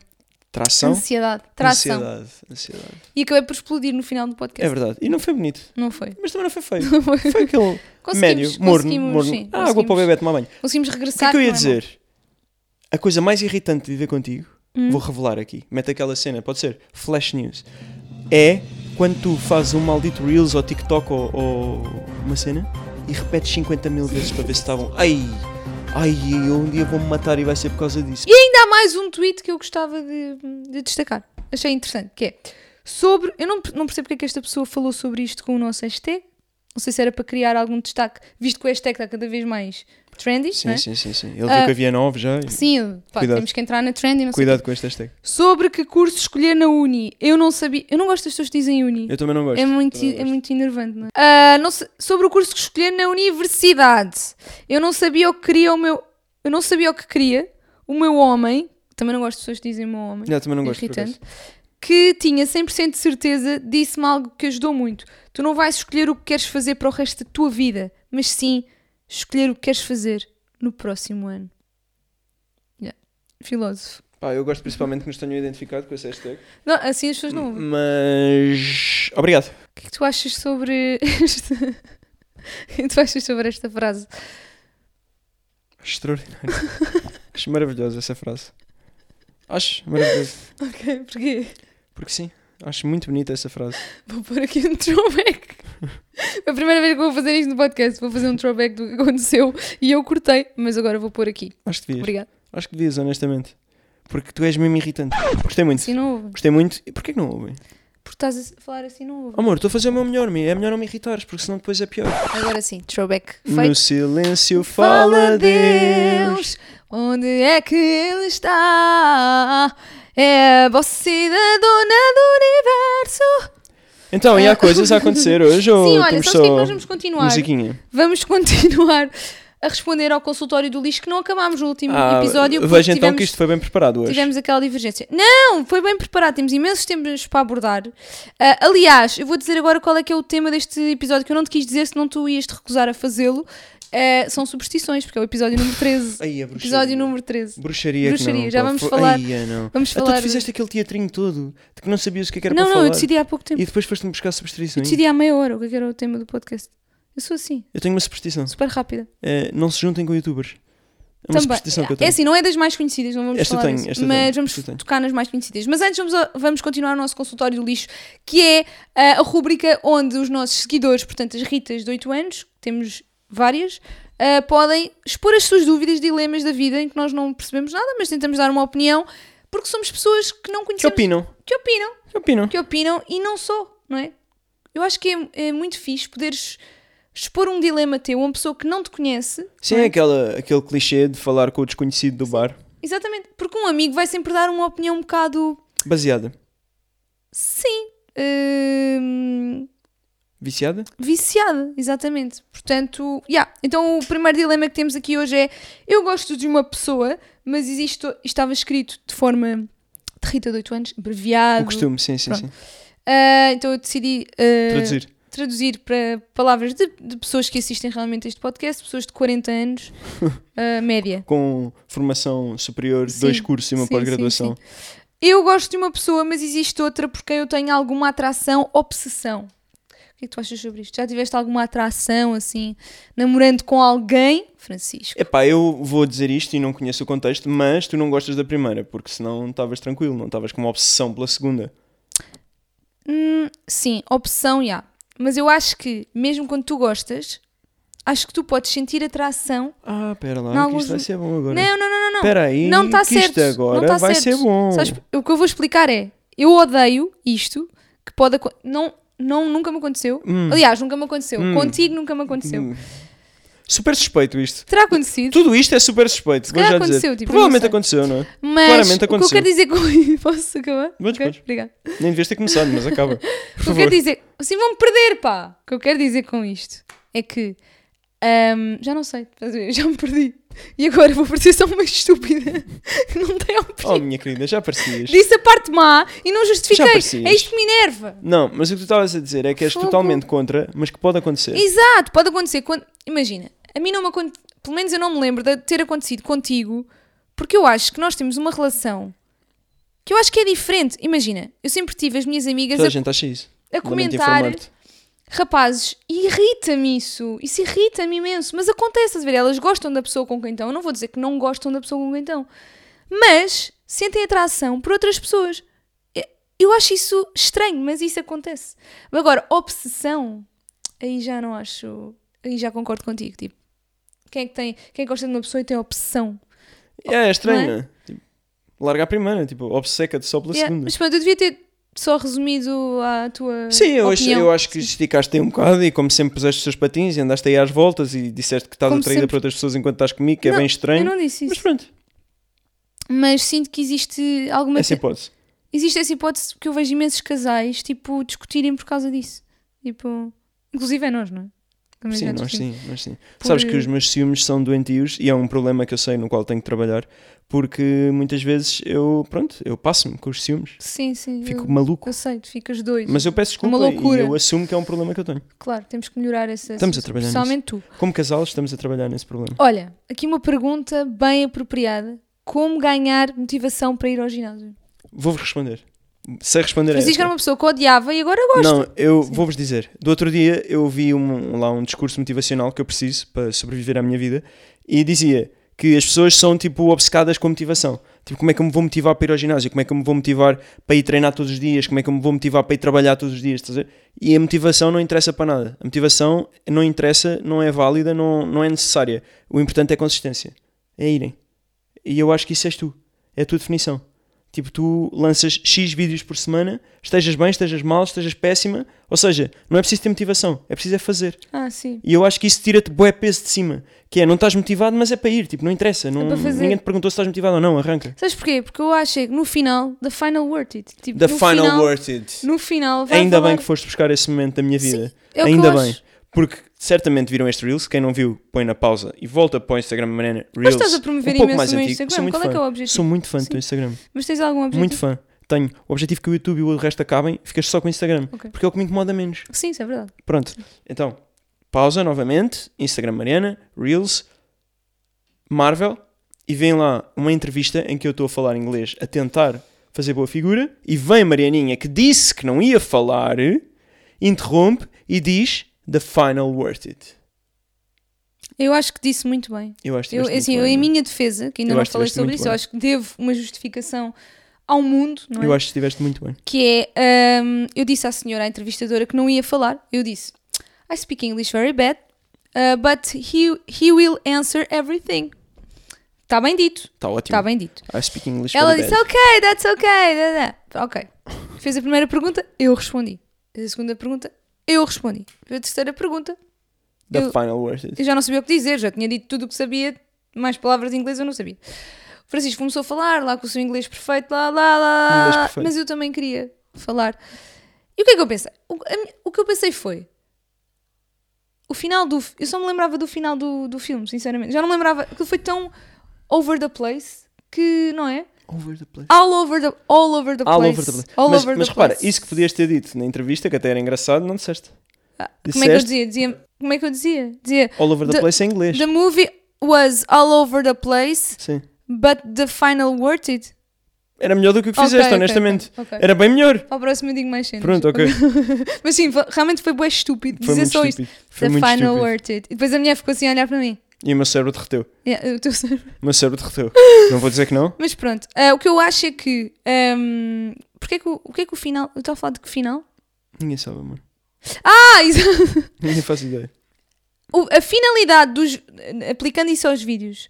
Speaker 1: Tração?
Speaker 2: ansiedade, tração.
Speaker 1: Ansiedade, ansiedade.
Speaker 2: E acabei por explodir no final do podcast.
Speaker 1: É verdade. E não foi bonito,
Speaker 2: Não foi?
Speaker 1: mas também não foi feio. Foi aquele
Speaker 2: Conseguimos,
Speaker 1: médio, morno,
Speaker 2: conseguimos,
Speaker 1: morno.
Speaker 2: sim,
Speaker 1: ah, água para o bebê tomar banho.
Speaker 2: Conseguimos
Speaker 1: O que é
Speaker 2: regressar.
Speaker 1: que eu ia
Speaker 2: não é mal.
Speaker 1: dizer? A coisa mais irritante de ver contigo,
Speaker 2: Hum?
Speaker 1: vou revelar aqui, mete aquela cena, pode ser flash news, é quando tu fazes um maldito Reels ou TikTok ou, ou uma cena e repetes 50 mil vezes para ver se estavam. Ai, ai, eu um dia vou-me matar e vai ser por causa disso.
Speaker 2: E ainda há mais um tweet que eu gostava de, de destacar. Achei interessante, que é sobre. Eu não, não percebo porque é que esta pessoa falou sobre isto com o nosso hashtag. Não sei se era para criar algum destaque, visto que o hashtag está cada vez mais trendy,
Speaker 1: Sim,
Speaker 2: não é?
Speaker 1: sim, sim, sim. Ele
Speaker 2: Ah,
Speaker 1: viu que havia 9 já. e-
Speaker 2: Sim, pá,
Speaker 1: Cuidado.
Speaker 2: temos que entrar na trend e não sei
Speaker 1: Cuidado com este hashtag.
Speaker 2: o quê. Sobre que curso escolher na Uni. Eu não sabia. Eu não gosto das pessoas que dizem Uni.
Speaker 1: Eu também não gosto.
Speaker 2: É muito,
Speaker 1: também não
Speaker 2: é
Speaker 1: gosto.
Speaker 2: muito enervante, não é? Ah, não se- sobre o curso que escolher na universidade. Eu não sabia o que queria o meu. Eu não sabia o que queria o meu homem. Também não gosto de pessoas que dizem meu homem.
Speaker 1: Não, também não gosto. por
Speaker 2: irritante.
Speaker 1: acaso.
Speaker 2: Que tinha 100% de certeza, disse-me algo que ajudou muito. Tu não vais escolher o que queres fazer para o resto da tua vida, mas sim escolher o que queres fazer no próximo ano. Yeah. Filósofo.
Speaker 1: Pá, eu gosto principalmente que nos tenham identificado com esse hashtag.
Speaker 2: Não, assim as pessoas não ouvem.
Speaker 1: Mas. Obrigado.
Speaker 2: O que é que tu achas sobre esta... O que é que tu achas sobre esta frase?
Speaker 1: Acho extraordinário. Acho maravilhosa essa frase. Acho maravilhosa.
Speaker 2: Ok, porquê?
Speaker 1: Porque sim, acho muito bonita essa frase.
Speaker 2: Vou pôr aqui um throwback. É a primeira vez que vou fazer isto no podcast. Vou fazer um throwback do que aconteceu e eu cortei, mas agora vou pôr aqui.
Speaker 1: Acho que devias.
Speaker 2: Obrigada.
Speaker 1: Acho que devias, honestamente. Porque tu és mesmo irritante. Gostei muito.
Speaker 2: Assim não ouvem.
Speaker 1: Gostei muito. E porquê que não ouvem?
Speaker 2: Porque estás a falar assim não ouvem.
Speaker 1: Amor, estou a fazer o meu melhor, Mi. é melhor não me irritares, porque senão depois é pior.
Speaker 2: Agora sim, throwback
Speaker 1: No
Speaker 2: feito.
Speaker 1: silêncio fala Deus.
Speaker 2: onde é que ele está? É a vossa cidadã do universo.
Speaker 1: Então, e há coisas a acontecer hoje ou
Speaker 2: Sim, olha,
Speaker 1: temos
Speaker 2: sabes o que é que
Speaker 1: só
Speaker 2: nós vamos continuar?
Speaker 1: musiquinha?
Speaker 2: Vamos continuar a responder ao consultório do lixo que não acabámos no último
Speaker 1: Ah,
Speaker 2: um episódio. porque
Speaker 1: veja então
Speaker 2: tivemos-
Speaker 1: que isto foi bem preparado hoje.
Speaker 2: Tivemos aquela divergência. Não, foi bem preparado, temos imensos temas para abordar. Ah, aliás, eu vou dizer agora qual é que é o tema deste episódio que eu não te quis dizer, senão tu ias te recusar a fazê-lo. Ah, são superstições, porque é o episódio número 13.
Speaker 1: Aí, a bruxaria.
Speaker 2: episódio número 13.
Speaker 1: Bruxaria, que
Speaker 2: Bruxaria,
Speaker 1: não,
Speaker 2: já
Speaker 1: pá,
Speaker 2: vamos
Speaker 1: foi-
Speaker 2: falar-
Speaker 1: Ai, ah, não.
Speaker 2: Vamos
Speaker 1: Ah, tu
Speaker 2: falar.
Speaker 1: fizeste aquele teatrinho todo de que não sabias o que é que era
Speaker 2: não,
Speaker 1: para
Speaker 2: não,
Speaker 1: falar.
Speaker 2: eu decidi há pouco tempo.
Speaker 1: E depois foste-me buscar
Speaker 2: Eu
Speaker 1: superstições.
Speaker 2: decidi há meia hora o que é que era o tema do podcast. Eu sou assim,
Speaker 1: Eu tenho uma superstição.
Speaker 2: super rápida.
Speaker 1: É, não se juntem com youtubers. É uma
Speaker 2: Também.
Speaker 1: superstição que eu
Speaker 2: É
Speaker 1: tenho.
Speaker 2: assim, não é das mais conhecidas, não vamos
Speaker 1: Esta
Speaker 2: falar
Speaker 1: tenho,
Speaker 2: disso,
Speaker 1: esta
Speaker 2: mas
Speaker 1: tenho,
Speaker 2: vamos
Speaker 1: esta tenho.
Speaker 2: tocar nas mais conhecidas. Mas antes vamos, ao- vamos continuar o nosso consultório do lixo, que é ah, a rubrica onde os nossos seguidores, portanto as Ritas de 8 anos, temos várias, ah, podem expor as suas dúvidas, dilemas da vida em que nós não percebemos nada, mas tentamos dar uma opinião, porque somos pessoas que não
Speaker 1: Que
Speaker 2: conhecemos,
Speaker 1: opinam?
Speaker 2: que opinam,
Speaker 1: Que opinam?
Speaker 2: que opinam e não só, não é? Eu acho que é, é muito fixe poderes expor um dilema teu a uma pessoa que não te conhece.
Speaker 1: Sim, é aquela, aquele clichê de falar com o desconhecido do bar.
Speaker 2: Exatamente, porque um amigo vai sempre dar uma opinião um bocado.
Speaker 1: Baseada.
Speaker 2: Sim. hum,
Speaker 1: Viciada?
Speaker 2: viciada, exatamente. Portanto, yeah. então o primeiro dilema que temos aqui hoje é: eu gosto de uma pessoa, mas existe, isto estava escrito de forma de Rita de 8 anos, abreviado.
Speaker 1: O costume, sim, sim, sim.
Speaker 2: Ah, então eu decidi ah,
Speaker 1: Traduzir.
Speaker 2: traduzir para palavras de, de pessoas que assistem realmente a este podcast, pessoas de 40 anos, ah, média.
Speaker 1: Com formação superior,
Speaker 2: Sim,
Speaker 1: dois cursos e uma
Speaker 2: sim,
Speaker 1: pós-graduação.
Speaker 2: Eu gosto de uma pessoa, mas existe outra por quem eu tenho alguma atração, obsessão. O que é que tu achas sobre isto? Já tiveste alguma atração, assim, namorando com alguém? Francisco.
Speaker 1: Epá, eu vou dizer isto e não conheço o contexto, mas tu não gostas da primeira, porque senão estavas tranquilo, não estavas com uma obsessão pela segunda.
Speaker 2: Hum, sim, obsessão, já. Mas eu acho que, mesmo quando tu gostas, acho que tu podes sentir atração.
Speaker 1: Ah, pera lá,
Speaker 2: Não,
Speaker 1: que
Speaker 2: alguns-
Speaker 1: isto vai ser bom agora.
Speaker 2: Não, não, não, não. não.
Speaker 1: Espera aí,
Speaker 2: não está
Speaker 1: que isto
Speaker 2: certo.
Speaker 1: agora
Speaker 2: não tá
Speaker 1: vai
Speaker 2: certo.
Speaker 1: ser bom.
Speaker 2: Sabes, o que eu vou explicar é: eu odeio isto, que pode aco- não Não, nunca me aconteceu. Aliás, nunca me aconteceu.
Speaker 1: Hum.
Speaker 2: Contigo nunca me aconteceu.
Speaker 1: Hum. Super suspeito isto.
Speaker 2: Terá acontecido.
Speaker 1: Tudo isto é super suspeito. Vou
Speaker 2: calhar
Speaker 1: já dizer.
Speaker 2: aconteceu, tipo,
Speaker 1: Provavelmente
Speaker 2: não sei.
Speaker 1: aconteceu, não é?
Speaker 2: Mas
Speaker 1: Claramente
Speaker 2: o que eu
Speaker 1: aconteceu.
Speaker 2: quero dizer com isto. Posso acabar?
Speaker 1: Podes,
Speaker 2: Ok?
Speaker 1: podes.
Speaker 2: Obrigada.
Speaker 1: Nem devias ter começado, mas acaba. Por
Speaker 2: O que eu quero
Speaker 1: favor.
Speaker 2: dizer. Assim vão-me perder, pá! O que eu quero dizer com isto é que Ahm, já não sei, estás a ver? já me perdi. E agora vou parecer só uma estúpida. que não tem opinião.
Speaker 1: Oh, minha querida, já parecias.
Speaker 2: tipo, Disse a parte má e não
Speaker 1: Já
Speaker 2: justifiquei.
Speaker 1: parecias.
Speaker 2: É isto que me enerva.
Speaker 1: Não, mas o que tu estavas a dizer é que és
Speaker 2: Fogo.
Speaker 1: totalmente contra, mas que pode acontecer.
Speaker 2: Exato, pode acontecer. quando- Imagina, a mim não me aconte... Pelo menos eu não me lembro de ter acontecido contigo, porque eu acho que nós temos uma relação que eu acho que é diferente. Imagina, eu sempre tive as minhas amigas
Speaker 1: Toda
Speaker 2: a,
Speaker 1: a gente acha isso.
Speaker 2: é a
Speaker 1: Lamento
Speaker 2: comentar
Speaker 1: informar-te.
Speaker 2: rapazes, e irrita-me isso, isso irrita-me imenso, mas acontece, estás a ver, elas gostam da pessoa com quem estão, eu não vou dizer que não gostam da pessoa com quem estão, mas sentem atração por outras pessoas. Eu- Eu acho isso estranho, mas isso acontece. Agora, obsessão, aí já não acho, aí já concordo contigo, tipo, quem é que tem, quem gosta de uma pessoa e tem obsessão?
Speaker 1: É, é estranho,
Speaker 2: Não
Speaker 1: né? Tipo, larga a primeira, tipo, obceca-te só pela
Speaker 2: Yeah,
Speaker 1: segunda.
Speaker 2: Mas pronto, eu devia ter só resumido a tua
Speaker 1: Sim, eu acho,
Speaker 2: opinião.
Speaker 1: eu acho que esticaste aí um bocado e como sempre puseste os teus patins e andaste aí às voltas e disseste que estás
Speaker 2: Como
Speaker 1: atraída
Speaker 2: sempre.
Speaker 1: por outras pessoas enquanto estás comigo, que é
Speaker 2: Não,
Speaker 1: bem
Speaker 2: Eu
Speaker 1: estranho.
Speaker 2: não disse
Speaker 1: Mas
Speaker 2: isso,
Speaker 1: pronto,
Speaker 2: mas sinto que existe alguma
Speaker 1: essa hipótese.
Speaker 2: Existe essa hipótese que eu vejo imensos casais, tipo, discutirem por causa disso. Tipo, inclusive é nós, não é? Também
Speaker 1: Sim,
Speaker 2: já
Speaker 1: nós
Speaker 2: discutimos.
Speaker 1: sim, nós sim.
Speaker 2: Por-
Speaker 1: Sabes que os meus ciúmes são doentios e é um problema que eu sei no qual tenho que trabalhar, porque muitas vezes eu, pronto, eu passo-me com os ciúmes,
Speaker 2: Sim, sim.
Speaker 1: fico
Speaker 2: eu,
Speaker 1: maluco.
Speaker 2: eu sei, tu ficas doido.
Speaker 1: Mas eu peço desculpa
Speaker 2: É Uma loucura.
Speaker 1: e eu assumo que é um problema que eu tenho.
Speaker 2: Claro, temos que melhorar essa.
Speaker 1: Estamos a
Speaker 2: essa-
Speaker 1: trabalhar nisso.
Speaker 2: Principalmente tu.
Speaker 1: Como casal, estamos a trabalhar nesse problema.
Speaker 2: Olha, aqui uma pergunta bem apropriada: Como ganhar motivação para ir ao ginásio?
Speaker 1: Vou-vos responder. Sei responder a
Speaker 2: Francisco
Speaker 1: esta.
Speaker 2: era uma pessoa que odiava e agora gosta.
Speaker 1: Não, eu vou-vos dizer. Do outro dia eu vi um- lá um discurso motivacional que eu preciso para sobreviver à minha vida e dizia que as pessoas são tipo obcecadas com motivação. Tipo, como é que eu me vou motivar para ir ao ginásio? Como é que eu me vou motivar para ir treinar todos os dias? Como é que eu me vou motivar para ir trabalhar todos os dias? Estás a ver? E a motivação não interessa para nada. A motivação não interessa, não é válida, não, não é necessária. O importante é a consistência. É irem. E eu acho que isso és tu. É a tua definição. Tipo, tu lanças X vídeos por semana, estejas bem, estejas mal, estejas péssima. Ou seja, não é preciso ter motivação, é preciso é fazer.
Speaker 2: Ah, sim.
Speaker 1: E eu acho que isso tira-te bué peso de cima. Que é, não estás motivado, mas é para ir. Tipo, não interessa. Não,
Speaker 2: para fazer.
Speaker 1: Ninguém te perguntou se estás motivado ou não, arranca.
Speaker 2: Sabes porquê? Porque eu acho que no final, the final worth it. Tipo,
Speaker 1: The
Speaker 2: no
Speaker 1: final,
Speaker 2: final
Speaker 1: worth it.
Speaker 2: No final, vai
Speaker 1: Ainda
Speaker 2: falar-
Speaker 1: bem que foste buscar esse momento da minha vida.
Speaker 2: é o que
Speaker 1: Ainda
Speaker 2: eu
Speaker 1: bem.
Speaker 2: acho.
Speaker 1: Porque certamente viram este Reels. Quem não viu, põe na pausa e volta para o Instagram Mariana Reels.
Speaker 2: Mas estás a promover
Speaker 1: um pouco
Speaker 2: imenso
Speaker 1: mais
Speaker 2: o meu
Speaker 1: antigo.
Speaker 2: Instagram.
Speaker 1: Sou muito
Speaker 2: Qual é
Speaker 1: fã.
Speaker 2: que é o objetivo?
Speaker 1: Sou muito fã do
Speaker 2: Sim.
Speaker 1: teu Instagram.
Speaker 2: Mas tens algum objetivo?
Speaker 1: Muito fã. Tenho. O objetivo que o YouTube e o resto acabem, ficas só com o Instagram.
Speaker 2: Ok.
Speaker 1: Porque é o que me incomoda menos.
Speaker 2: Sim, isso é verdade.
Speaker 1: Pronto. Então, pausa novamente. Instagram Mariana, Reels, Marvel. E vem lá uma entrevista em que eu estou a falar inglês a tentar fazer boa figura. E vem Marianinha que disse que não ia falar, interrompe e diz The final worth it.
Speaker 2: Eu acho que disse muito bem.
Speaker 1: Eu acho que
Speaker 2: Eu,
Speaker 1: tiveste
Speaker 2: assim,
Speaker 1: muito
Speaker 2: eu,
Speaker 1: bem,
Speaker 2: em
Speaker 1: Ana.
Speaker 2: minha defesa, que ainda
Speaker 1: Eu
Speaker 2: não
Speaker 1: acho que
Speaker 2: falei
Speaker 1: estiveste muito
Speaker 2: sobre isso,
Speaker 1: bem.
Speaker 2: eu acho que devo uma justificação ao mundo, não é?
Speaker 1: Eu acho que estiveste muito bem.
Speaker 2: Que é, hum, eu disse à senhora, à entrevistadora, que não ia falar. Eu disse, I speak English very bad, uh, but he, he will answer everything. Está bem dito.
Speaker 1: Está Tá ótimo.
Speaker 2: Está Tá bem dito.
Speaker 1: I speak English
Speaker 2: Ela
Speaker 1: very
Speaker 2: disse,
Speaker 1: bad.
Speaker 2: ok, that's ok. da, da." Ok. Fez a primeira pergunta, eu respondi. Fez a segunda pergunta, eu respondi. Fez a terceira pergunta,
Speaker 1: The
Speaker 2: eu-
Speaker 1: final worth it.
Speaker 2: eu já não sabia o que dizer, já tinha dito tudo o que sabia, mais palavras em inglês eu não sabia. O Francisco começou a falar lá com o seu inglês perfeito, lá, lá, lá,
Speaker 1: Inglês perfeito.
Speaker 2: mas eu também queria falar. E o que é que eu pensei? O, a mi- o que eu pensei foi. O final do. fi- Eu só me lembrava do final do, do filme, sinceramente. Já não me lembrava. Aquilo foi tão over the place que, não é?
Speaker 1: Over the place.
Speaker 2: All over the, all over the place.
Speaker 1: All over the place.
Speaker 2: All
Speaker 1: mas
Speaker 2: over
Speaker 1: mas
Speaker 2: the
Speaker 1: repara,
Speaker 2: place.
Speaker 1: isso que podias ter dito na entrevista, que até era engraçado, não disseste.
Speaker 2: Como é que eu
Speaker 1: disseste-
Speaker 2: dizia? dizia? Como é que eu dizia? Dizia.
Speaker 1: All over the,
Speaker 2: The-
Speaker 1: place em inglês.
Speaker 2: The movie was all over the place.
Speaker 1: Sim.
Speaker 2: But the final worth it?
Speaker 1: Era melhor do que o que
Speaker 2: Ok,
Speaker 1: fizeste,
Speaker 2: ok,
Speaker 1: honestamente.
Speaker 2: ok, ok.
Speaker 1: Era bem melhor.
Speaker 2: Para o próximo eu digo mais cenas.
Speaker 1: Pronto, ok.
Speaker 2: Mas sim, fa- realmente foi bué estúpido
Speaker 1: Foi
Speaker 2: dizer
Speaker 1: muito
Speaker 2: só
Speaker 1: estúpido.
Speaker 2: isto.
Speaker 1: Foi
Speaker 2: the
Speaker 1: muito
Speaker 2: final
Speaker 1: estúpido.
Speaker 2: worth it. E depois a mulher ficou assim a olhar para mim.
Speaker 1: E o meu cérebro derreteu.
Speaker 2: Yeah, eu estou a-
Speaker 1: O meu cérebro derreteu. não vou dizer que não.
Speaker 2: Mas pronto, ah, o que eu acho é que... ahm, porque é que o, o que é que o final... Eu estou a falar de que final?
Speaker 1: Ninguém sabe, amor.
Speaker 2: Ah, exato.
Speaker 1: Ninguém faz ideia.
Speaker 2: O- A finalidade dos... Aplicando isso aos vídeos.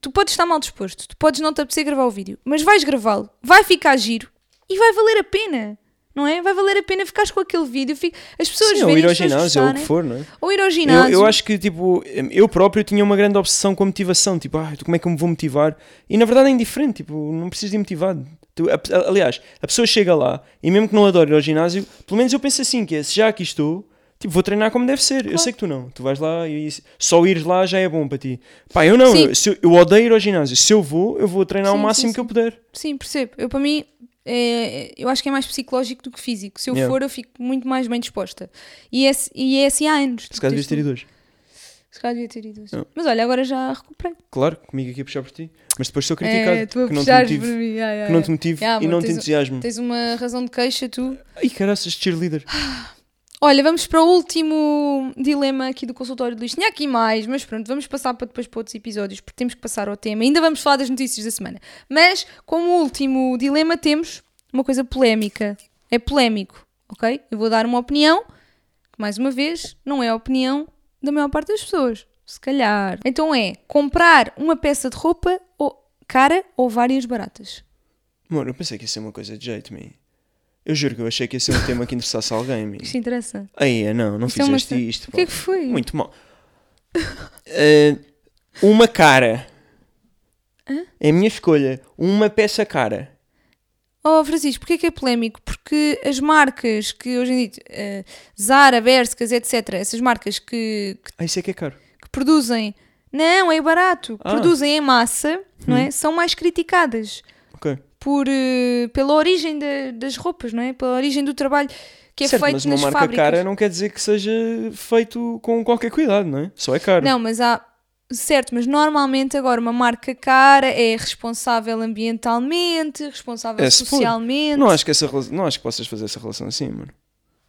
Speaker 2: Tu podes estar mal disposto. Tu podes não te apetecer gravar o vídeo. Mas vais gravá-lo. Vai ficar giro. E vai valer a pena. Não é? Vai valer a pena ficares com aquele vídeo. fi- As pessoas
Speaker 1: Sim, ou
Speaker 2: verem,
Speaker 1: ir ao
Speaker 2: as pessoas
Speaker 1: ginásio, ou o que
Speaker 2: gostarem.
Speaker 1: for, não é?
Speaker 2: Ou ir ao
Speaker 1: Eu,
Speaker 2: ginásio.
Speaker 1: eu acho que, tipo, eu próprio tinha uma grande obsessão com a motivação. Tipo, ah, como é que eu me vou motivar? E na verdade é indiferente, tipo, não preciso de motivado. Tu- a- aliás, a pessoa chega lá e mesmo que não adore ir ao ginásio, pelo menos eu penso assim, que é, se já aqui estou, Tipo, vou treinar como deve ser. Eu sei que tu não. Tu vais lá e isso- só ires lá já é bom para ti. Pá, eu não.
Speaker 2: Sim.
Speaker 1: Eu, se eu- eu odeio ir ao ginásio. Se eu vou, eu vou treinar
Speaker 2: Sim,
Speaker 1: o
Speaker 2: sim,
Speaker 1: máximo que
Speaker 2: sim.
Speaker 1: eu puder.
Speaker 2: Sim, percebo. Eu, para mim, é- eu acho que é mais psicológico do que físico. Se eu
Speaker 1: Yeah.
Speaker 2: for, eu fico muito mais bem disposta. E é, e é assim há anos.
Speaker 1: Se calhar devias ter ido hoje.
Speaker 2: Se calhar devia ter ido. hoje.
Speaker 1: Yeah.
Speaker 2: Mas olha, agora já recuperei.
Speaker 1: Claro, comigo aqui a puxar por ti. Mas depois sou criticado.
Speaker 2: É, tu a
Speaker 1: que, não te
Speaker 2: puxares por
Speaker 1: motive,
Speaker 2: mim. Yeah, yeah,
Speaker 1: que não te
Speaker 2: yeah.
Speaker 1: motive
Speaker 2: Yeah,
Speaker 1: e
Speaker 2: amor,
Speaker 1: não te
Speaker 2: tens-
Speaker 1: entusiasme.
Speaker 2: Tens uma razão de queixa, tu.
Speaker 1: Ai, caraças, cheerleader.
Speaker 2: Olha, vamos para o último dilema aqui do consultório do Luís. Tinha aqui mais, mas pronto, vamos passar para depois para outros episódios, porque temos que passar ao tema. Ainda vamos falar das notícias da semana. Mas, como último dilema, temos uma coisa polémica. É polémico, ok? Eu vou dar uma opinião, que mais uma vez, não é a opinião da maior parte das pessoas. Se calhar. Então é comprar uma peça de roupa ou cara ou várias baratas.
Speaker 1: Mano, eu pensei que ia ser uma coisa de jeito, mim. Eu juro que eu achei que ia ser um tema que interessasse alguém, mim.
Speaker 2: Isto interessa.
Speaker 1: Aí, é, não, não
Speaker 2: Isto é uma
Speaker 1: fizeste
Speaker 2: ce-
Speaker 1: isto.
Speaker 2: O que é
Speaker 1: pá.
Speaker 2: que foi?
Speaker 1: Muito mal. Eh, uma cara. É a minha escolha. Uma peça cara.
Speaker 2: Oh, Francisco, porquê que é polémico? Porque as marcas que hoje em dia, eh, Zara, Bershkas, etc., essas marcas que, que-
Speaker 1: Ah, isso é que é caro.
Speaker 2: que produzem, não, é barato, que
Speaker 1: Ah. Hum.
Speaker 2: produzem em massa, não é? São mais criticadas
Speaker 1: Ok.
Speaker 2: por, eh, pela origem da- das roupas, não é? Pela origem do trabalho que é
Speaker 1: certo,
Speaker 2: feito
Speaker 1: mas uma
Speaker 2: nas
Speaker 1: marca
Speaker 2: fábricas.
Speaker 1: cara não quer dizer que seja feito com qualquer cuidado, não é? Só é caro.
Speaker 2: Não, mas há. Certo, mas normalmente agora uma marca cara é responsável ambientalmente, responsável
Speaker 1: É, se for.
Speaker 2: socialmente.
Speaker 1: Não acho que essa rela- não acho que possas fazer essa relação assim, mano.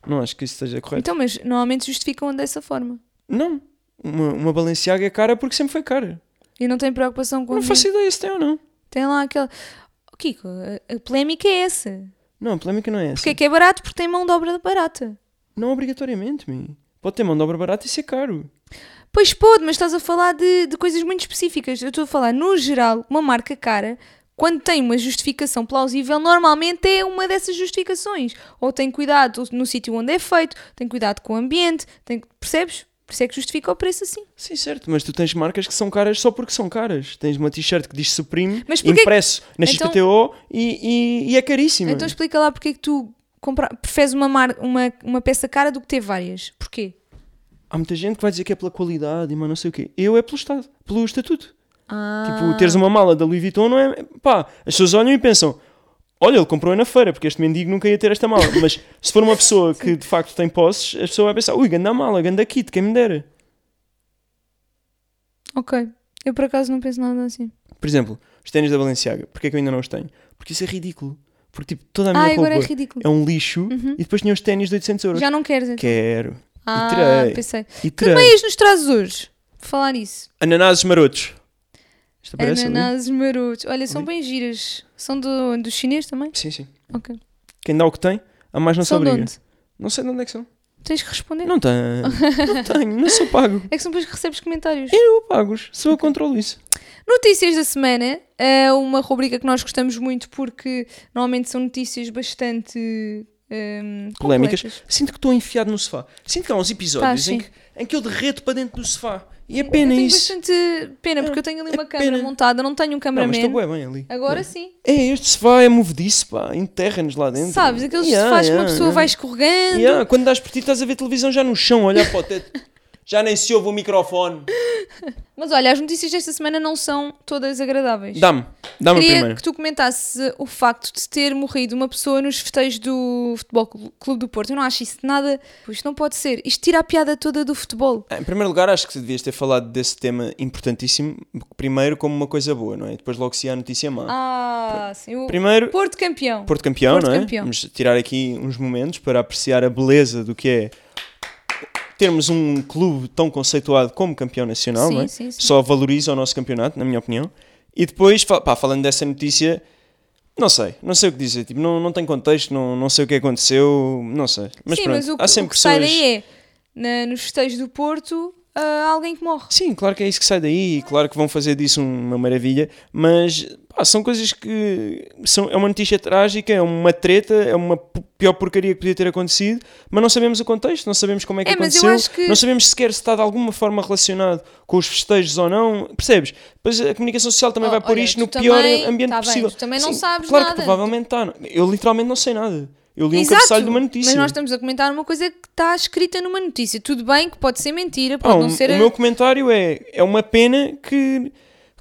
Speaker 1: Não acho que isso esteja correto.
Speaker 2: Então, mas normalmente justificam dessa forma.
Speaker 1: Não. Uma, uma Balenciaga é cara porque sempre foi cara.
Speaker 2: E não tem preocupação com
Speaker 1: Não
Speaker 2: o
Speaker 1: faço ideia se tem ou não.
Speaker 2: Tem lá aquela. Oh, Kiko, a, a polémica é essa.
Speaker 1: Não, a polémica não é essa.
Speaker 2: Porque é que é barato? Porque tem mão de obra barata.
Speaker 1: Não obrigatoriamente, mim. Pode ter mão de obra barata e ser caro.
Speaker 2: Pois pode, mas estás a falar de, de coisas muito específicas. Eu estou a falar, no geral, uma marca cara, quando tem uma justificação plausível, normalmente é uma dessas justificações. Ou tem cuidado no sítio onde é feito, tem cuidado com o ambiente, tem, percebes? Por isso é que justifica o preço assim.
Speaker 1: Sim, certo, mas tu tens marcas que são caras só porque são caras. Tens uma t-shirt que diz Supreme,
Speaker 2: Mas porquê que-
Speaker 1: impresso na
Speaker 2: Então-
Speaker 1: XPTO e, e- e é caríssima.
Speaker 2: Então explica lá porque é que tu compra... preferes uma, mar... uma, uma peça cara do que ter várias. Porquê?
Speaker 1: Há muita gente que vai dizer que é pela qualidade e mais não sei o quê. Eu é pelo Estado, pelo estatuto.
Speaker 2: Ah.
Speaker 1: Tipo, teres uma mala da Louis Vuitton não é. Pá, as pessoas olham e pensam: olha, ele comprou na feira, porque este mendigo nunca ia ter esta mala. Mas se for uma pessoa que de facto tem posses, a pessoa vai pensar: ui, ganda mala, ganda kit, quem me dera.
Speaker 2: Ok. Eu por acaso não penso nada assim.
Speaker 1: Por exemplo, os ténis da Balenciaga, porque é que eu ainda não os tenho? Porque isso é ridículo. Porque, tipo, toda a minha
Speaker 2: Ah, agora é
Speaker 1: roupa
Speaker 2: ridículo.
Speaker 1: é
Speaker 2: Uhum.
Speaker 1: um lixo e depois tinha os ténis de 800 euros.
Speaker 2: Já não queres então.
Speaker 1: Quero.
Speaker 2: Ah,
Speaker 1: tirei.
Speaker 2: pensei.
Speaker 1: E
Speaker 2: Que
Speaker 1: terei.
Speaker 2: meias nos trazes hoje? Por falar isso.
Speaker 1: Ananases marotos. Isto aparece ali?
Speaker 2: Ananases marotos. Olha, são bem giras. São do, do chinês também?
Speaker 1: Sim, sim.
Speaker 2: Ok.
Speaker 1: Quem dá o que tem, a mais não se
Speaker 2: são de
Speaker 1: obriga.
Speaker 2: onde?
Speaker 1: Não sei de onde é que são.
Speaker 2: Tens que responder.
Speaker 1: Não tenho. não tenho. Não sou pago.
Speaker 2: É que são depois que recebes comentários.
Speaker 1: Eu pago-os. Sou eu que controlo isso.
Speaker 2: Notícias da semana é uma rubrica que nós gostamos muito porque normalmente são notícias bastante hum,
Speaker 1: Polémicas.
Speaker 2: completas.
Speaker 1: Sinto que estou enfiado no sofá. Sinto que há uns episódios
Speaker 2: Tá,
Speaker 1: em,
Speaker 2: sim.
Speaker 1: que, em que eu derreto para dentro do sofá. E é
Speaker 2: Eu
Speaker 1: pena
Speaker 2: tenho
Speaker 1: isso.
Speaker 2: bastante pena porque eu tenho ali
Speaker 1: É
Speaker 2: uma câmera
Speaker 1: pena.
Speaker 2: montada, não tenho um
Speaker 1: Não, mas
Speaker 2: cameraman.
Speaker 1: estou bem, bem ali.
Speaker 2: Agora sim.
Speaker 1: É, este sofá é movediço, pá. Enterra-nos lá dentro.
Speaker 2: Sabes, aqueles
Speaker 1: Yeah,
Speaker 2: sofás que uma
Speaker 1: yeah,
Speaker 2: pessoa
Speaker 1: yeah.
Speaker 2: vai escorregando.
Speaker 1: Yeah, Quando dás por ti, estás a ver televisão já no chão, a olhar para o teto. Já nem se ouve o microfone.
Speaker 2: Mas olha, as notícias desta semana não são todas agradáveis.
Speaker 1: Dá-me. Dá-me a
Speaker 2: Queria
Speaker 1: primeira.
Speaker 2: que tu comentasse o facto de ter morrido uma pessoa nos festejos do Futebol Clu- Clube do Porto. Eu não acho isso nada. Isto não pode ser. Isto tira a piada toda do futebol.
Speaker 1: Em primeiro lugar, acho que devias ter falado desse tema importantíssimo, primeiro como uma coisa boa, não é? Depois logo se há notícia má.
Speaker 2: Ah, sim. O
Speaker 1: primeiro,
Speaker 2: Porto campeão.
Speaker 1: Porto Campeão,
Speaker 2: Porto
Speaker 1: não é?
Speaker 2: Campeão.
Speaker 1: Vamos tirar aqui uns momentos para apreciar a beleza do que é termos um clube tão conceituado como campeão nacional,
Speaker 2: Sim,
Speaker 1: não é?
Speaker 2: sim, sim.
Speaker 1: Só valoriza o nosso campeonato, na minha opinião. E depois, fa- pá, falando dessa notícia, não sei, não sei o que dizer, tipo, não, não tem contexto, não, não sei o que aconteceu, não sei. Mas
Speaker 2: sim,
Speaker 1: pronto,
Speaker 2: mas o, que-
Speaker 1: há
Speaker 2: o
Speaker 1: sempre
Speaker 2: que sai
Speaker 1: pessoas-
Speaker 2: daí é, na- nos festejos do Porto, ah, há alguém que morre.
Speaker 1: Sim, claro que é isso que sai daí e claro que vão fazer disso um- uma maravilha, mas pá, são coisas que são, é uma notícia trágica, é uma treta, é uma p- pior porcaria que podia ter acontecido, mas não sabemos o contexto, não sabemos como é que
Speaker 2: É, mas eu
Speaker 1: aconteceu,
Speaker 2: acho que-
Speaker 1: não sabemos sequer se está de alguma forma relacionado com os festejos ou não, percebes? Depois a comunicação social também
Speaker 2: Oh,
Speaker 1: vai pôr
Speaker 2: olha,
Speaker 1: isto
Speaker 2: tu
Speaker 1: no pior
Speaker 2: também-
Speaker 1: ambiente
Speaker 2: tá bem,
Speaker 1: possível.
Speaker 2: tu também não
Speaker 1: Sim,
Speaker 2: sabes
Speaker 1: claro
Speaker 2: nada.
Speaker 1: que provavelmente está, eu literalmente não sei nada. Eu li um
Speaker 2: Exato,
Speaker 1: cabeçalho de uma notícia.
Speaker 2: Mas nós estamos a comentar uma coisa que está escrita numa notícia. Tudo bem que pode ser mentira,
Speaker 1: Pá,
Speaker 2: pode
Speaker 1: o,
Speaker 2: não ser.
Speaker 1: Ah, um- o
Speaker 2: a-
Speaker 1: meu comentário é, é uma pena que,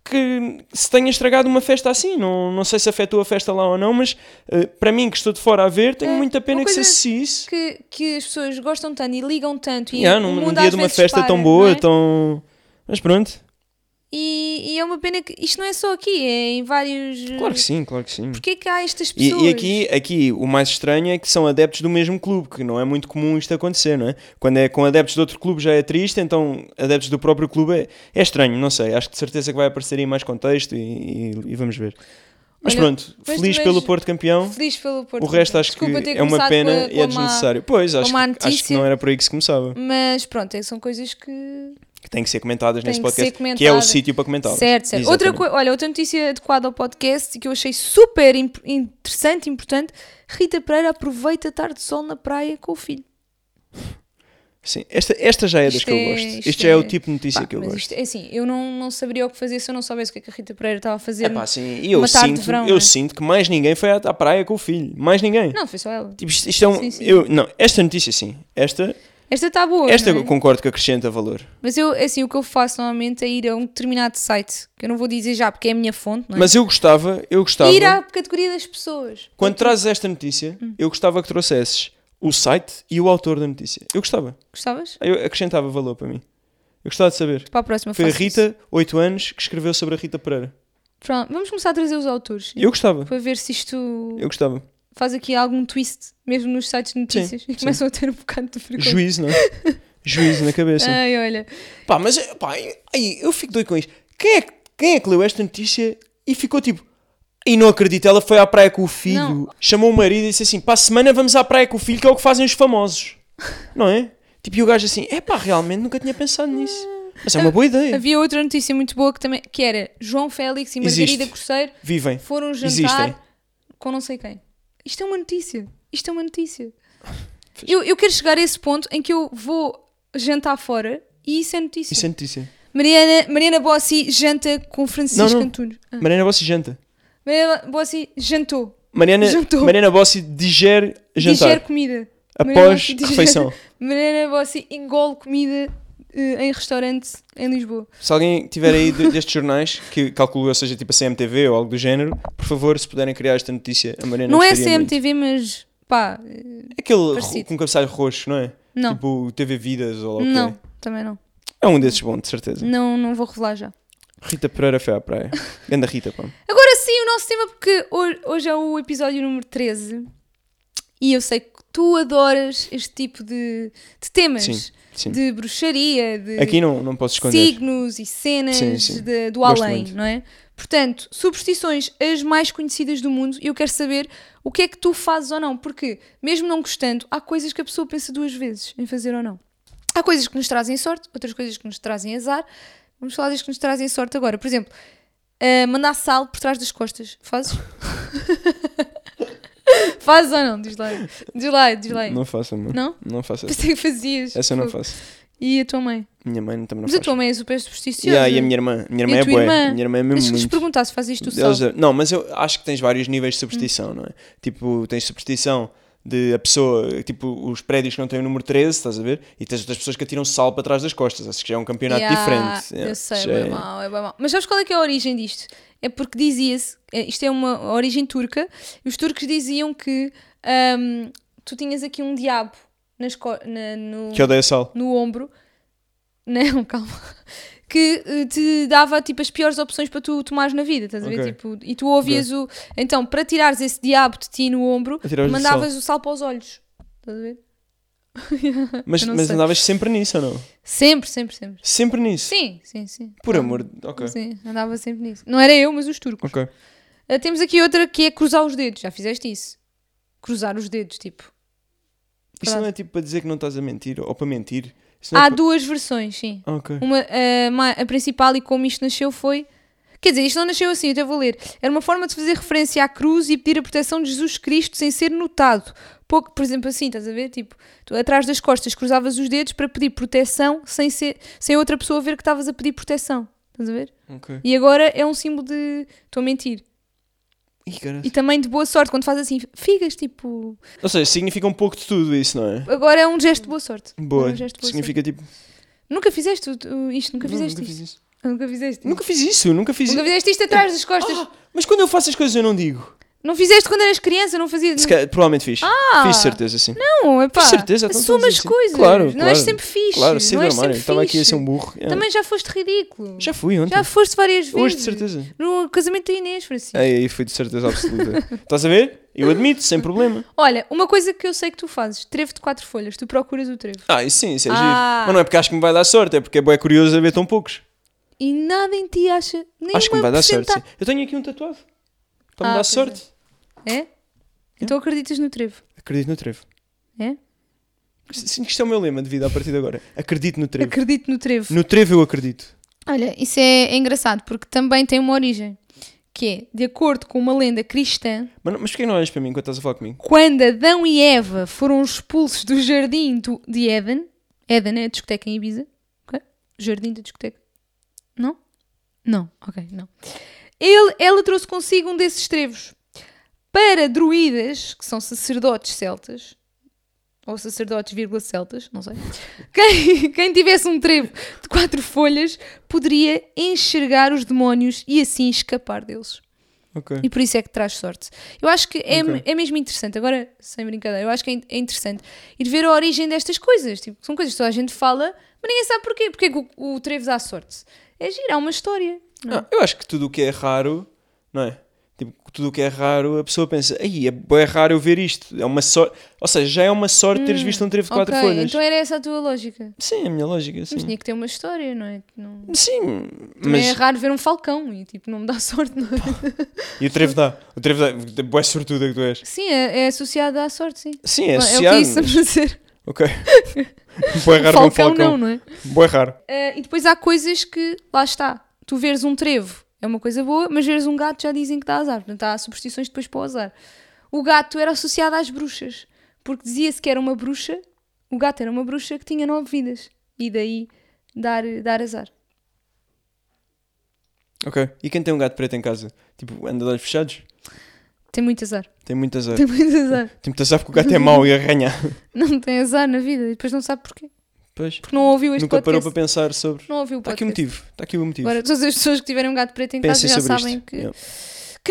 Speaker 1: que se tenha estragado uma festa assim. Não, não sei se afetou a festa lá ou não, mas eh, para mim que estou de fora a ver, tenho
Speaker 2: É,
Speaker 1: muita pena
Speaker 2: uma
Speaker 1: que se
Speaker 2: coisa
Speaker 1: assistisse.
Speaker 2: Que, que as pessoas gostam tanto e ligam tanto. E
Speaker 1: Yeah,
Speaker 2: o
Speaker 1: num, num
Speaker 2: mundo
Speaker 1: dia
Speaker 2: às
Speaker 1: de uma
Speaker 2: vezes
Speaker 1: festa
Speaker 2: para,
Speaker 1: tão
Speaker 2: não
Speaker 1: boa,
Speaker 2: é?
Speaker 1: tão. Mas pronto,
Speaker 2: E, e é uma pena que isto não é só aqui, é em vários.
Speaker 1: claro que sim, claro que sim.
Speaker 2: Porquê que há estas
Speaker 1: E,
Speaker 2: pessoas?
Speaker 1: e aqui, aqui o mais estranho é que são adeptos do mesmo clube, que não é muito comum isto acontecer, não é? Quando é com adeptos de outro clube já é triste, então adeptos do próprio clube é, é estranho, não sei. Acho que de certeza que vai aparecer aí mais contexto e, e- e vamos ver. Mas
Speaker 2: Olha,
Speaker 1: pronto,
Speaker 2: mas
Speaker 1: feliz
Speaker 2: tu
Speaker 1: pelo
Speaker 2: vês-
Speaker 1: Porto campeão.
Speaker 2: Feliz pelo Porto.
Speaker 1: O resto acho que
Speaker 2: Desculpa ter
Speaker 1: é uma
Speaker 2: começado
Speaker 1: pena
Speaker 2: com
Speaker 1: e
Speaker 2: a-
Speaker 1: é
Speaker 2: com a má-
Speaker 1: desnecessário. Pois, acho
Speaker 2: má
Speaker 1: que, acho que
Speaker 2: notícia.
Speaker 1: não era por aí que se começava.
Speaker 2: Mas pronto, é que são coisas que.
Speaker 1: Que têm que ser comentadas
Speaker 2: Tem
Speaker 1: nesse
Speaker 2: que
Speaker 1: podcast,
Speaker 2: ser
Speaker 1: que é o
Speaker 2: comentada.
Speaker 1: sítio para comentar.
Speaker 2: Certo, certo. Outra coi- olha, outra notícia adequada ao podcast que eu achei super imp- interessante e importante: Rita Pereira aproveita a tarde de sol na praia com o filho.
Speaker 1: Sim, esta, esta já é das
Speaker 2: Isto
Speaker 1: que eu
Speaker 2: é-
Speaker 1: gosto. Isto,
Speaker 2: isto
Speaker 1: já é, o
Speaker 2: é-
Speaker 1: tipo de notícia
Speaker 2: Pá,
Speaker 1: que eu
Speaker 2: mas
Speaker 1: gosto.
Speaker 2: isto é assim, eu não, não saberia o que fazer se eu não soubesse o que, é que a Rita Pereira estava a fazer.
Speaker 1: É pá, sim, e eu,
Speaker 2: uma tarde de
Speaker 1: sinto,
Speaker 2: verão,
Speaker 1: eu
Speaker 2: não é?
Speaker 1: sinto que mais ninguém foi à, à praia com o filho. Mais ninguém.
Speaker 2: Não, foi só ela.
Speaker 1: Tipo, isto, isto é um.
Speaker 2: Sim, sim.
Speaker 1: Eu, não, esta notícia sim. Esta,
Speaker 2: Esta está boa.
Speaker 1: esta
Speaker 2: não
Speaker 1: eu
Speaker 2: é?
Speaker 1: concordo que acrescenta valor.
Speaker 2: Mas eu, assim, o que eu faço normalmente é ir a um determinado site, que eu não vou dizer já porque é a minha fonte, não é?
Speaker 1: Mas tá eu gostava, eu gostava.
Speaker 2: ir à categoria das pessoas.
Speaker 1: Quando trazes esta notícia,
Speaker 2: Hum.
Speaker 1: eu gostava que trouxesses o site e o autor da notícia. Eu gostava.
Speaker 2: Gostavas?
Speaker 1: Eu acrescentava valor para mim. Eu gostava de saber.
Speaker 2: Para a próxima
Speaker 1: Foi a
Speaker 2: faço isso.
Speaker 1: Rita, 8 anos, que escreveu sobre a Rita Pereira.
Speaker 2: Pronto, vamos começar a trazer os autores.
Speaker 1: Eu gostava.
Speaker 2: Para ver se isto
Speaker 1: Eu gostava.
Speaker 2: faz aqui algum twist, mesmo nos sites de notícias.
Speaker 1: sim.
Speaker 2: e começam a ter um bocado de frequência.
Speaker 1: Juízo, não é? Juízo na cabeça.
Speaker 2: Ai, olha.
Speaker 1: Pá, mas pá, ai, eu fico doido com isto. Quem é, que- quem é que leu esta notícia e ficou tipo. E não acredito, ela foi à praia com o filho,
Speaker 2: Não.
Speaker 1: chamou o marido e disse assim: para a semana vamos à praia com o filho, que é o que fazem os famosos. Não é? Tipo, e o gajo assim: é pá, realmente nunca tinha pensado nisso. Mas é uma boa ideia.
Speaker 2: Havia outra notícia muito boa que também que era João Félix e Margarida
Speaker 1: Existe.
Speaker 2: Cruzeiro
Speaker 1: Vivem.
Speaker 2: foram um jantar
Speaker 1: Existem.
Speaker 2: com não sei quem. Isto é uma notícia. Isto é uma notícia. Eu, eu quero chegar a esse ponto em que eu vou jantar fora e isso é notícia.
Speaker 1: Isso é notícia.
Speaker 2: Mariana, Mariana Bossi janta com Francisco
Speaker 1: Não, não.
Speaker 2: Antunes. Ah.
Speaker 1: Mariana Bossi janta.
Speaker 2: Mariana Bossi jantou.
Speaker 1: Mariana,
Speaker 2: Jantou.
Speaker 1: Mariana Bossi digere jantar
Speaker 2: Digere comida. Mariana
Speaker 1: após
Speaker 2: Bossi digere-
Speaker 1: refeição.
Speaker 2: Mariana Bossi engole comida eh, em restaurante em Lisboa.
Speaker 1: Se alguém tiver aí de- destes jornais, que calculo eu seja tipo a CMTV ou algo do género, por favor, se puderem criar esta notícia, a Mariana
Speaker 2: Não, é
Speaker 1: gostaria muito.
Speaker 2: CMTV, mas pá, eh,
Speaker 1: Aquele ro-
Speaker 2: Parecido.
Speaker 1: com cabeçalho roxo, não é?
Speaker 2: não.
Speaker 1: Tipo TV Vidas ou lá o quê.
Speaker 2: Não, também não.
Speaker 1: É um desses bom, de certeza.
Speaker 2: Não, não vou revelar já.
Speaker 1: Rita Pereira foi à praia. Ganda Rita, pá.
Speaker 2: Agora sim, o nosso tema, porque hoje, hoje é o episódio número 13 e eu sei que tu adoras este tipo de, de temas.
Speaker 1: Sim, sim.
Speaker 2: De bruxaria, de
Speaker 1: Aqui não, não posso esconder.
Speaker 2: signos e cenas
Speaker 1: Sim, sim.
Speaker 2: de- do
Speaker 1: Gosto
Speaker 2: além,
Speaker 1: muito.
Speaker 2: não é? Portanto, superstições as mais conhecidas do mundo e eu quero saber o que é que tu fazes ou não, porque mesmo não gostando, há coisas que a pessoa pensa duas vezes em fazer ou não. Há coisas que nos trazem sorte, outras coisas que nos trazem azar. Vamos falar das que nos trazem sorte agora. Por exemplo, eh, mandar sal por trás das costas. Fazes? Fazes ou não? Diz lá. aí. Diz lá, aí, diz lá. aí.
Speaker 1: Não faço, mano.
Speaker 2: Não?
Speaker 1: Não faço essa.
Speaker 2: Pensei que fazias.
Speaker 1: Essa eu não faço.
Speaker 2: E a tua mãe?
Speaker 1: Minha mãe também não
Speaker 2: Mas a
Speaker 1: faz.
Speaker 2: tua mãe é super supersticiosa.
Speaker 1: Yeah, e a minha irmã. Minha irmã
Speaker 2: E a
Speaker 1: é
Speaker 2: tua
Speaker 1: boa.
Speaker 2: irmã?
Speaker 1: Minha irmã é
Speaker 2: Mas
Speaker 1: mesmo
Speaker 2: se lhes
Speaker 1: muito.
Speaker 2: perguntar se fazes isto só.
Speaker 1: Eles- é- não, mas eu acho que tens vários níveis de
Speaker 2: Hum.
Speaker 1: superstição, não é? Tipo, tens superstição de a pessoa, tipo, os prédios que não têm o número 13, estás a ver? E tens outras pessoas que atiram sal para trás das costas. Acho que já é um campeonato diferente. Yeah,
Speaker 2: Eu sei,
Speaker 1: já
Speaker 2: é
Speaker 1: é-
Speaker 2: bem mau, é bem mau. Mas sabes qual é que é a origem disto? É porque dizia-se, eh, isto é uma origem turca, e os turcos diziam que ahm, tu tinhas aqui um diabo nas co- na- no,
Speaker 1: Que é odeia sal.
Speaker 2: no ombro, não, calma, que eh, te dava tipo as piores opções para tu tomares na vida, estás a ver?
Speaker 1: Ok.
Speaker 2: Tipo, e tu ouvias o. Então, para tirares esse diabo de ti no ombro,
Speaker 1: Atiravas-lhe
Speaker 2: mandavas o sal para os olhos, estás a ver?
Speaker 1: Mas,
Speaker 2: Eu não
Speaker 1: mas
Speaker 2: sei.
Speaker 1: andavas sempre nisso ou não?
Speaker 2: Sempre, sempre, sempre.
Speaker 1: Sempre nisso.
Speaker 2: Sim, sim, sim.
Speaker 1: Por
Speaker 2: Ah.
Speaker 1: amor de. Ok.
Speaker 2: Sim, andava sempre nisso. Não era eu, mas os turcos.
Speaker 1: Ok.
Speaker 2: Ah, temos aqui outra que é cruzar os dedos. Já fizeste isso? Cruzar os dedos, tipo.
Speaker 1: Isso
Speaker 2: Pronto.
Speaker 1: não é tipo para dizer que não estás a mentir ou para mentir. Isso não é
Speaker 2: Há
Speaker 1: pa-
Speaker 2: duas versões, sim.
Speaker 1: Ah, ok.
Speaker 2: Uma, a, ma- a principal e como isto nasceu foi. Quer dizer, isto não nasceu assim, eu até vou ler. Era uma forma de fazer referência à cruz e pedir a proteção de Jesus Cristo sem ser notado. Pouco, por exemplo, assim, estás a ver? Tipo, tu atrás das costas cruzavas os dedos para pedir proteção sem, ser, sem outra pessoa ver que estavas a pedir proteção. Estás a ver?
Speaker 1: Ok.
Speaker 2: E agora é um símbolo de estou a mentir.
Speaker 1: Ih, cara.
Speaker 2: E também de boa sorte, quando faz assim, figas, tipo.
Speaker 1: Ou seja, significa um pouco de tudo isso, não é?
Speaker 2: Agora é um gesto de boa sorte.
Speaker 1: Boa.
Speaker 2: Um gesto de boa
Speaker 1: significa tipo.
Speaker 2: sorte. Nunca fizeste tu- tu- isto, nunca
Speaker 1: Não,
Speaker 2: fizeste
Speaker 1: nunca
Speaker 2: isto.
Speaker 1: fiz isso.
Speaker 2: Nunca fizeste
Speaker 1: Nunca fiz isso, nunca fiz Ah!
Speaker 2: isto. Nunca
Speaker 1: isso.
Speaker 2: fizeste isto atrás das costas.
Speaker 1: Mas quando eu faço as coisas eu não digo.
Speaker 2: Não fizeste quando eras criança, não fazias.
Speaker 1: Se calhar, provavelmente fiz.
Speaker 2: Ah!
Speaker 1: Fiz certeza, sim.
Speaker 2: Não, é pá.
Speaker 1: Com certeza, então
Speaker 2: Assuma
Speaker 1: todos
Speaker 2: as
Speaker 1: assim.
Speaker 2: coisas.
Speaker 1: Claro,
Speaker 2: não
Speaker 1: claro.
Speaker 2: és sempre fixe.
Speaker 1: claro, saí do
Speaker 2: não és
Speaker 1: armário.
Speaker 2: sempre
Speaker 1: Estava aqui a ser
Speaker 2: fixe.
Speaker 1: um burro. É.
Speaker 2: Também já foste ridículo.
Speaker 1: Já fui ontem.
Speaker 2: Já foste várias vezes.
Speaker 1: Hoje, de certeza. É.
Speaker 2: No casamento da Inês, Francisco.
Speaker 1: Aí, aí foi de certeza absoluta. Estás a ver? Eu admito, sem problema.
Speaker 2: Olha, uma coisa que eu sei que tu fazes: trevo de quatro folhas. Tu procuras o trevo.
Speaker 1: Ah, isso sim, isso é
Speaker 2: Ah.
Speaker 1: giro. Mas não é porque acho que me vai dar sorte, é porque é bué curioso haver tão poucos.
Speaker 2: E nada em ti acha. Nem
Speaker 1: acho que me
Speaker 2: uma
Speaker 1: vai dar sorte,
Speaker 2: porcentagem-
Speaker 1: sim. Eu tenho aqui um tatuado. Para
Speaker 2: Ah,
Speaker 1: me dar
Speaker 2: pois é.
Speaker 1: sorte.
Speaker 2: É? Então acreditas no trevo.
Speaker 1: Acredito no trevo.
Speaker 2: É?
Speaker 1: Sinto que isto é o meu lema de vida a partir de agora. Acredito no trevo.
Speaker 2: Acredito no trevo.
Speaker 1: No trevo eu acredito.
Speaker 2: Olha, isso é, é engraçado porque também tem uma origem. Que é, de acordo com uma lenda cristã,
Speaker 1: Mas, não- mas porquê não olhas para mim enquanto estás a falar comigo?
Speaker 2: quando Adão e Eva foram expulsos do jardim do, de Éden, Éden é a discoteca em Ibiza, ok? Jardim da discoteca. Não? Não, ok, não. Ele- ela trouxe consigo um desses trevos. Para druidas, que são sacerdotes celtas, ou sacerdotes, vírgula, celtas, não sei, quem, quem tivesse um trevo de quatro folhas poderia enxergar os demónios e assim escapar deles.
Speaker 1: Ok.
Speaker 2: E por isso é que traz sorte. Eu acho que é,
Speaker 1: Ok.
Speaker 2: é mesmo interessante, agora sem brincadeira, eu acho que é in- é interessante ir ver a origem destas coisas. Tipo, são coisas que toda a gente fala, mas ninguém sabe porquê. Porque é que o, o trevo dá sorte? É girar uma história. não é?
Speaker 1: Ah, eu acho que tudo o que é raro, não é? Tipo, tudo o que é raro, a pessoa pensa, aí é bué raro eu ver isto. É uma sorte. Ou seja, já é uma sorte teres visto um trevo de quatro
Speaker 2: Hum, ok,
Speaker 1: folhas.
Speaker 2: então era essa a tua lógica.
Speaker 1: Sim, é a minha lógica, sim.
Speaker 2: Mas tinha que ter uma história, não é? Não...
Speaker 1: Sim,
Speaker 2: Também é
Speaker 1: mas.
Speaker 2: raro ver um falcão e tipo, não me dá sorte. Não é?
Speaker 1: E o trevo dá. é O trevo dá. Boé sortuda que tu és.
Speaker 2: Sim, é, é associado à sorte, sim.
Speaker 1: Sim, é
Speaker 2: o que
Speaker 1: associado.
Speaker 2: é isso estamos a dizer.
Speaker 1: Ok. Boé raro ver um
Speaker 2: falcão não,
Speaker 1: falcão.
Speaker 2: não é?
Speaker 1: Boé raro.
Speaker 2: Ah, e depois há coisas que, lá está, tu veres um trevo é uma coisa boa, mas veres um gato já dizem que dá azar. Portanto, há superstições depois para o azar. O gato era associado às bruxas, porque dizia-se que era uma bruxa, o gato era uma bruxa que tinha nove vidas. E daí dar, dar azar.
Speaker 1: Ok. E quem tem um gato preto em casa? Tipo, anda de olhos fechados?
Speaker 2: Tem muito azar.
Speaker 1: Tem muito azar.
Speaker 2: Tem muito azar.
Speaker 1: Tem muito azar porque o gato é mau e arranha.
Speaker 2: Não tem azar na vida e depois não sabe porquê.
Speaker 1: Pois.
Speaker 2: Porque não ouviu este
Speaker 1: Nunca parou
Speaker 2: podcast.
Speaker 1: para pensar sobre.
Speaker 2: Não ouviu o
Speaker 1: Está
Speaker 2: podcast.
Speaker 1: aqui o motivo. Está aqui o motivo.
Speaker 2: Agora, todas as pessoas que tiverem um gato preto em
Speaker 1: Pensem
Speaker 2: casa já
Speaker 1: sobre
Speaker 2: sabem
Speaker 1: isto.
Speaker 2: que.
Speaker 1: Yeah.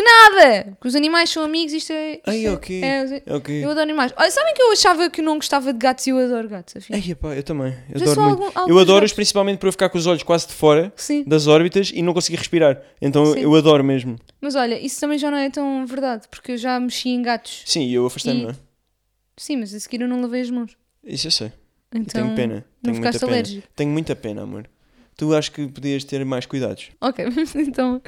Speaker 2: Nada! Que os animais são amigos, isto é. isto
Speaker 1: Ai,
Speaker 2: é-
Speaker 1: ok.
Speaker 2: é-
Speaker 1: Ok.
Speaker 2: Eu adoro animais. Olha, sabem que eu achava que não gostava de gatos e eu adoro gatos, afinal.
Speaker 1: Ai, epá, eu também. Eu
Speaker 2: Já
Speaker 1: adoro
Speaker 2: só
Speaker 1: muito.
Speaker 2: algum-
Speaker 1: Eu
Speaker 2: alguns
Speaker 1: adoro-os
Speaker 2: gatos.
Speaker 1: principalmente por eu ficar com os olhos quase de fora
Speaker 2: Sim,
Speaker 1: das órbitas e não conseguir respirar. Então eu-
Speaker 2: Sim.
Speaker 1: eu adoro mesmo.
Speaker 2: mas olha, isso também já não é tão verdade, porque eu já mexi em gatos.
Speaker 1: Sim, e eu afastei-me,
Speaker 2: E-
Speaker 1: não é?
Speaker 2: Sim, mas a seguir eu não lavei as mãos.
Speaker 1: Isso eu sei. E
Speaker 2: Então,
Speaker 1: tenho pena.
Speaker 2: não
Speaker 1: Tenho muita
Speaker 2: ficaste
Speaker 1: pena.
Speaker 2: alérgico.
Speaker 1: Tenho muita pena, amor. Tu acho que podias ter mais cuidados.
Speaker 2: Ok, então.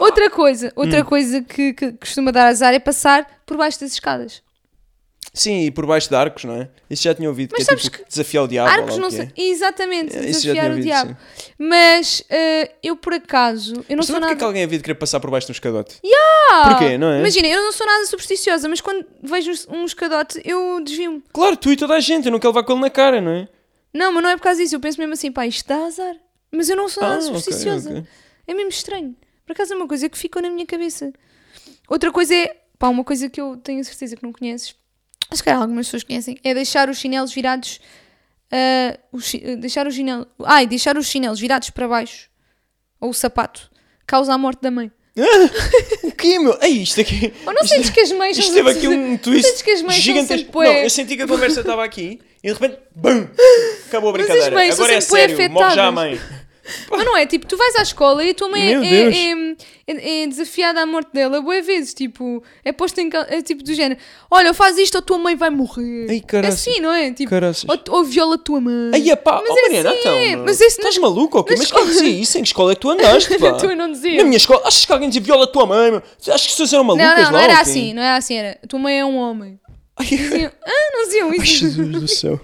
Speaker 2: outra coisa,
Speaker 1: Hum.
Speaker 2: outra coisa que, que costuma dar azar é passar por baixo das escadas.
Speaker 1: Ah, Sim, e por baixo de arcos, não é? Isso já tinha ouvido.
Speaker 2: Mas
Speaker 1: que é
Speaker 2: sabes
Speaker 1: tipo desafiar o diabo. ou lá
Speaker 2: Arcos
Speaker 1: o
Speaker 2: não
Speaker 1: que
Speaker 2: sei.
Speaker 1: é.
Speaker 2: Exatamente,
Speaker 1: É, isso já
Speaker 2: desafiar
Speaker 1: tinha
Speaker 2: o
Speaker 1: ouvido,
Speaker 2: diabo. Mas eh, eu por acaso, eu não
Speaker 1: Mas também porque
Speaker 2: sou
Speaker 1: é
Speaker 2: nada.
Speaker 1: que alguém havia de querer passar por baixo de um escadote?
Speaker 2: Ah,
Speaker 1: Porquê, não é?
Speaker 2: Imagina, eu não sou nada supersticiosa, mas quando vejo um escadote eu desvio-me.
Speaker 1: Claro, tu e toda a gente, eu não quero levar com ele na cara, não é?
Speaker 2: Não, mas não é por causa disso. Eu penso mesmo assim, pá, isto dá azar. Mas eu não sou nada
Speaker 1: Ah, ok,
Speaker 2: supersticiosa.
Speaker 1: ok.
Speaker 2: É mesmo estranho. Por acaso é uma coisa que ficou na minha cabeça. Outra coisa é, pá, uma coisa que eu tenho certeza que não conheces, mas que algumas pessoas conhecem, é deixar os chinelos virados. ah, os chi- ah, deixar os chinelos. Ai, deixar os chinelos virados para baixo. Ou o sapato. Causa a morte da mãe.
Speaker 1: O quê, meu? Ei, isto aqui.
Speaker 2: Ou não sentes que as mães são
Speaker 1: Isto teve aqui
Speaker 2: sempre-
Speaker 1: um
Speaker 2: sentes
Speaker 1: twist
Speaker 2: que as mães são
Speaker 1: gigantesco.
Speaker 2: sempre
Speaker 1: Não,
Speaker 2: bué-
Speaker 1: eu senti que a conversa estava aqui e de repente, BUM! Acabou a
Speaker 2: Mas as
Speaker 1: brincadeira.
Speaker 2: mães são
Speaker 1: Agora é
Speaker 2: sempre bué
Speaker 1: sério, morre já a
Speaker 2: afetadas.
Speaker 1: mãe.
Speaker 2: Mas não é, tipo, tu vais à escola e a tua mãe é,
Speaker 1: Meu
Speaker 2: é- é- é desafiada à morte dela boas vezes, tipo, é posto em cau- é tipo do género, olha, faz isto ou a tua mãe vai morrer.
Speaker 1: Ei, caraças.
Speaker 2: assim, não é? Tipo,
Speaker 1: Caraças.
Speaker 2: ou, ou viola a tua mãe.
Speaker 1: Aí, pá,
Speaker 2: Mas
Speaker 1: oh,
Speaker 2: é
Speaker 1: Mariana,
Speaker 2: assim,
Speaker 1: então.
Speaker 2: é.
Speaker 1: meu.
Speaker 2: Mas isso
Speaker 1: Estás
Speaker 2: não-
Speaker 1: maluco ou quê?
Speaker 2: na
Speaker 1: Mas quem dizia isso? Em que escola é que tu andaste, pá?
Speaker 2: Na tua não dizia.
Speaker 1: Na minha escola, achas que alguém dizia viola a tua mãe, meu? Achas que vocês eram
Speaker 2: não,
Speaker 1: malucas
Speaker 2: não,
Speaker 1: lá
Speaker 2: não
Speaker 1: ou
Speaker 2: era
Speaker 1: quê?
Speaker 2: assim, não era assim, era, a tua mãe é um homem.
Speaker 1: Ai,
Speaker 2: Diziam, ah, não diziam
Speaker 1: ai,
Speaker 2: isso,
Speaker 1: Jesus do céu.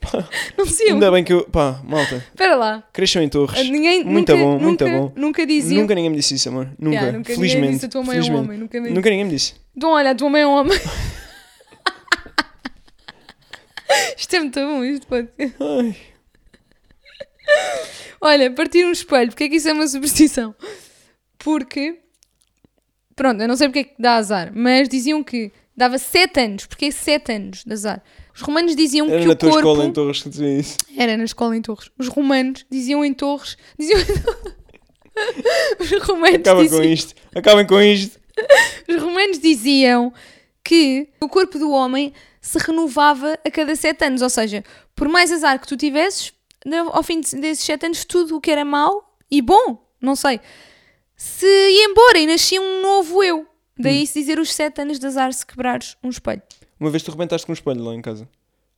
Speaker 1: Pá,
Speaker 2: não diziam.
Speaker 1: ainda bem que eu. Pá, malta,
Speaker 2: Espera lá.
Speaker 1: cresçam em torres.
Speaker 2: Ah, Ninguém,
Speaker 1: muito
Speaker 2: nunca,
Speaker 1: bom,
Speaker 2: nunca,
Speaker 1: muito bom.
Speaker 2: Nunca diziam.
Speaker 1: Nunca ninguém me disse isso, amor. Nunca.
Speaker 2: Yeah, nunca ninguém
Speaker 1: Felizmente.
Speaker 2: disse a tua mãe é um
Speaker 1: Felizmente.
Speaker 2: homem, nunca mesmo.
Speaker 1: Nunca ninguém me disse.
Speaker 2: Então, olha, a tua mãe é um homem. isto é muito bom, isto pode.
Speaker 1: Ai.
Speaker 2: Olha, partir um espelho, porque é que isso é uma superstição? Porque Pronto, eu não sei porque é que dá azar, mas diziam que dava 7 anos, porque é 7 anos de azar. Os romanos diziam
Speaker 1: Era
Speaker 2: que
Speaker 1: na
Speaker 2: o
Speaker 1: tua
Speaker 2: corpo
Speaker 1: escola então. em Torres que dizia isso.
Speaker 2: era na escola em Torres. Os romanos diziam em Torres, diziam Os romanos
Speaker 1: Acaba
Speaker 2: diziam
Speaker 1: com isto. Acabem com isto.
Speaker 2: os romanos diziam que o corpo do homem se renovava a cada sete anos, ou seja, por mais azar que tu tivesses, na- ao fim de- desses sete anos, tudo o que era mau e bom, não sei, se ia embora e nascia um novo eu. Daí se dizer os sete anos de azar se quebrares um espelho.
Speaker 1: Uma vez tu rebentaste com um espelho lá em casa.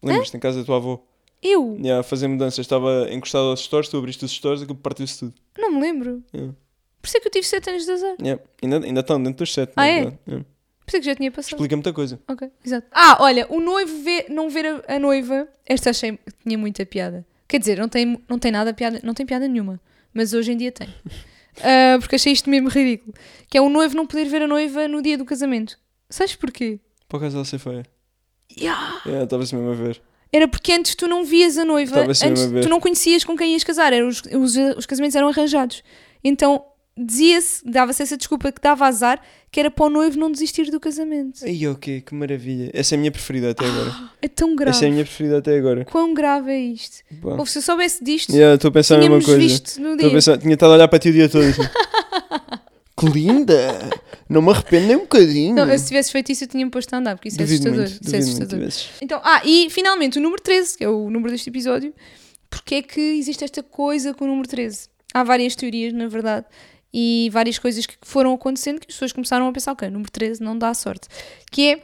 Speaker 2: É?
Speaker 1: Lembras-te, em casa da tua avó.
Speaker 2: Eu
Speaker 1: E a fazer mudanças. Estava encostado aos stores, tu abriste os stores e aquilo partiu-se tudo.
Speaker 2: não me lembro.
Speaker 1: Yeah.
Speaker 2: Por isso é que eu tive sete anos de azar.
Speaker 1: Yeah. Ainda, ainda estão dentro dos sete.
Speaker 2: Ah,
Speaker 1: na
Speaker 2: é?
Speaker 1: verdade. Yeah.
Speaker 2: Por isso é que já tinha passado.
Speaker 1: Explica muita coisa.
Speaker 2: Ok, exato. Ah, olha, o noivo vê- não ver a, a noiva. Esta achei tinha muita piada. Quer dizer, não tem, não tem nada piada, não tem piada nenhuma. Mas hoje em dia tem. Ah, porque achei isto mesmo ridículo. Que é o noivo não poder ver a noiva no dia do casamento. Sabes porquê?
Speaker 1: Por acaso ela ser feia.
Speaker 2: Ya!
Speaker 1: Yeah, Estava-se mesmo a ver.
Speaker 2: Era porque antes tu não vias a noiva,
Speaker 1: Estava sempre
Speaker 2: antes
Speaker 1: a ver.
Speaker 2: tu não conhecias com quem ias casar, eram os, os, os casamentos eram arranjados. Então dizia-se, dava-se essa desculpa que dava azar, que era para o noivo não desistir do casamento.
Speaker 1: Ai, ok, que maravilha. Essa é a minha preferida até agora.
Speaker 2: É tão grave.
Speaker 1: Essa é a minha preferida até agora.
Speaker 2: Quão grave é isto?
Speaker 1: Pá.
Speaker 2: Ou se eu soubesse disto,
Speaker 1: Yeah, Estou a pensar a mesma
Speaker 2: tínhamos
Speaker 1: coisa.
Speaker 2: visto no
Speaker 1: Estou
Speaker 2: dia.
Speaker 1: a pensar, tinha estado a olhar para ti o dia todo. assim. que linda! Não me arrependo nem um bocadinho.
Speaker 2: Não, eu, se tivesse feito isso, eu tinha me posto a andar, porque isso
Speaker 1: duvido
Speaker 2: é assustador.
Speaker 1: muito,
Speaker 2: isso é
Speaker 1: duvido muito
Speaker 2: assustador.
Speaker 1: tivesses.
Speaker 2: Então, ah, e finalmente o número 13, que é o número deste episódio. Porque é que existe esta coisa com o número 13? Há várias teorias, na verdade, e várias coisas que foram acontecendo que as pessoas começaram a pensar, ok, o número 13 não dá sorte. Que é,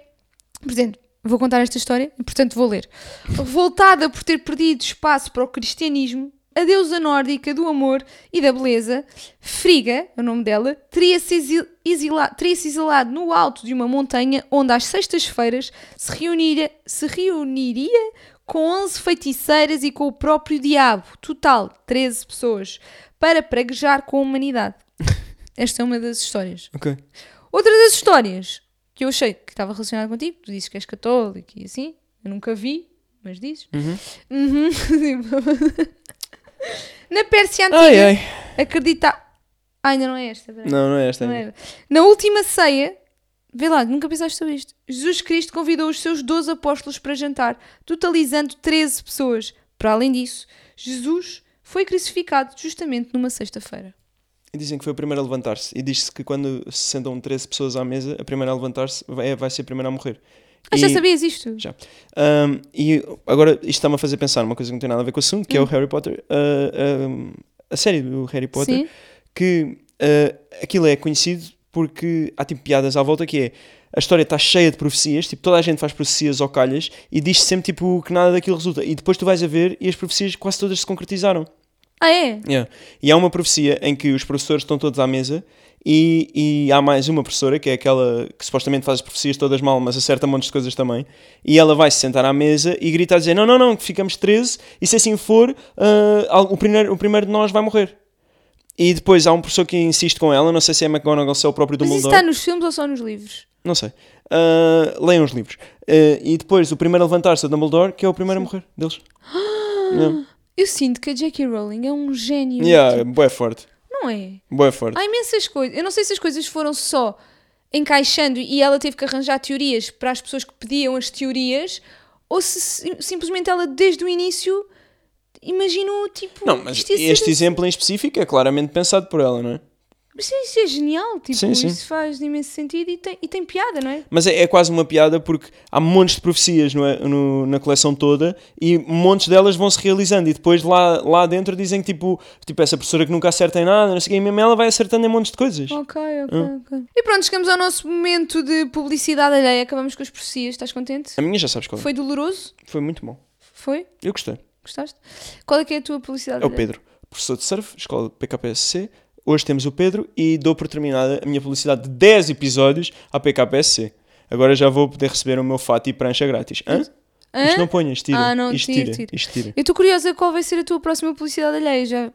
Speaker 2: por exemplo, vou contar esta história e, portanto, vou ler. Revoltada por ter perdido espaço para o cristianismo, a deusa nórdica do amor e da beleza, Friga, é o nome dela, teria-se exil- exila- teria-se exilado no alto de uma montanha onde às sextas-feiras se reuniria, se reuniria com 11 feiticeiras e com o próprio diabo, total 13 pessoas, para praguejar com a humanidade. Esta é uma das histórias.
Speaker 1: Ok.
Speaker 2: Outra das histórias que eu achei que estava relacionada contigo, tu dizes que és católico e assim, eu nunca vi, mas dizes.
Speaker 1: Uhum.
Speaker 2: Uhum. Na Pérsia Antiga,
Speaker 1: Ai, ai.
Speaker 2: acredita. Ah, ainda não é esta, peraí.
Speaker 1: Não, não é esta.
Speaker 2: Não
Speaker 1: ainda.
Speaker 2: era. Na última ceia, vê lá, nunca pensaste sobre isto. Jesus Cristo convidou os seus 12 apóstolos para jantar, totalizando 13 pessoas. Para além disso, Jesus foi crucificado justamente numa sexta-feira.
Speaker 1: E Dizem que foi a primeira a levantar-se. E diz-se que quando se sentam 13 pessoas à mesa, a primeira a levantar-se vai, é- vai ser a primeira a morrer.
Speaker 2: Ah, já
Speaker 1: E-
Speaker 2: sabias isto?
Speaker 1: Já. Ahm, e agora isto está-me a fazer pensar uma coisa que não tem nada a ver com o assunto,
Speaker 2: Hum.
Speaker 1: que é o Harry Potter. ah, ahm, a série do Harry Potter.
Speaker 2: Sim.
Speaker 1: que eh, aquilo é conhecido porque há tipo piadas à volta que é a história está cheia de profecias, tipo, toda a gente faz profecias ou calhas e diz sempre tipo que nada daquilo resulta. E depois tu vais a ver e as profecias quase todas se concretizaram.
Speaker 2: Ah, é?
Speaker 1: Yeah. E há uma profecia em que os professores estão todos à mesa e, e há mais uma professora, que é aquela que supostamente faz as profecias todas mal, mas acerta montes de coisas também, e ela vai se sentar à mesa e grita a dizer: Não, não, não, que ficamos 13, e se assim for, ah, al- o, primeiro, o primeiro de nós vai morrer. E depois há um professor que insiste com ela, não sei se é McGonagall, se é o próprio
Speaker 2: Mas isso
Speaker 1: Dumbledore.
Speaker 2: está nos filmes ou só nos livros?
Speaker 1: Não sei. Ah, leiam os livros. Ah, e depois o primeiro a levantar-se é o Dumbledore, que é o primeiro a morrer deles. yeah.
Speaker 2: Eu sinto que a Jackie Rowling é um gênio.
Speaker 1: Yeah, boé forte.
Speaker 2: Não é?
Speaker 1: Boé forte.
Speaker 2: Há imensas coisas. Eu não sei se as coisas foram só encaixando e ela teve que arranjar teorias para as pessoas que pediam as teorias ou se sim- simplesmente ela desde o início imaginou tipo.
Speaker 1: Não, mas
Speaker 2: isto ia ser-
Speaker 1: este exemplo em específico é claramente pensado por ela, não é?
Speaker 2: Mas sim, isso é genial. Tipo,
Speaker 1: Sim, sim.
Speaker 2: isso faz imenso sentido e tem, e tem piada, não é?
Speaker 1: Mas é, é quase uma piada porque há montes de profecias não é, no- na coleção toda e montes delas vão se realizando e depois lá, lá dentro dizem que tipo, tipo essa professora que nunca acerta em nada, não sei o quê, e mesmo ela vai acertando em montes de coisas.
Speaker 2: Ok, ok,
Speaker 1: Hum.
Speaker 2: ok. E pronto, chegamos ao nosso momento de publicidade alheia. Acabamos com as profecias. Estás contente?
Speaker 1: A minha já sabes qual é. Foi,
Speaker 2: Foi doloroso?
Speaker 1: muito bom.
Speaker 2: Foi?
Speaker 1: Eu gostei.
Speaker 2: Gostaste? Qual é que é a tua publicidade?
Speaker 1: É o Pedro, professor de surf, escola PKPSC. Hoje temos o Pedro e dou por terminada a minha publicidade de 10 episódios à PKPSC. Agora já vou poder receber o meu fato e prancha grátis. Hã?
Speaker 2: Hã?
Speaker 1: Isto não ponhas, tira.
Speaker 2: Ah, não,
Speaker 1: Isto
Speaker 2: tira,
Speaker 1: tira.
Speaker 2: tira.
Speaker 1: Isto tira.
Speaker 2: Eu estou curiosa qual vai ser a tua próxima publicidade alheia. Já, já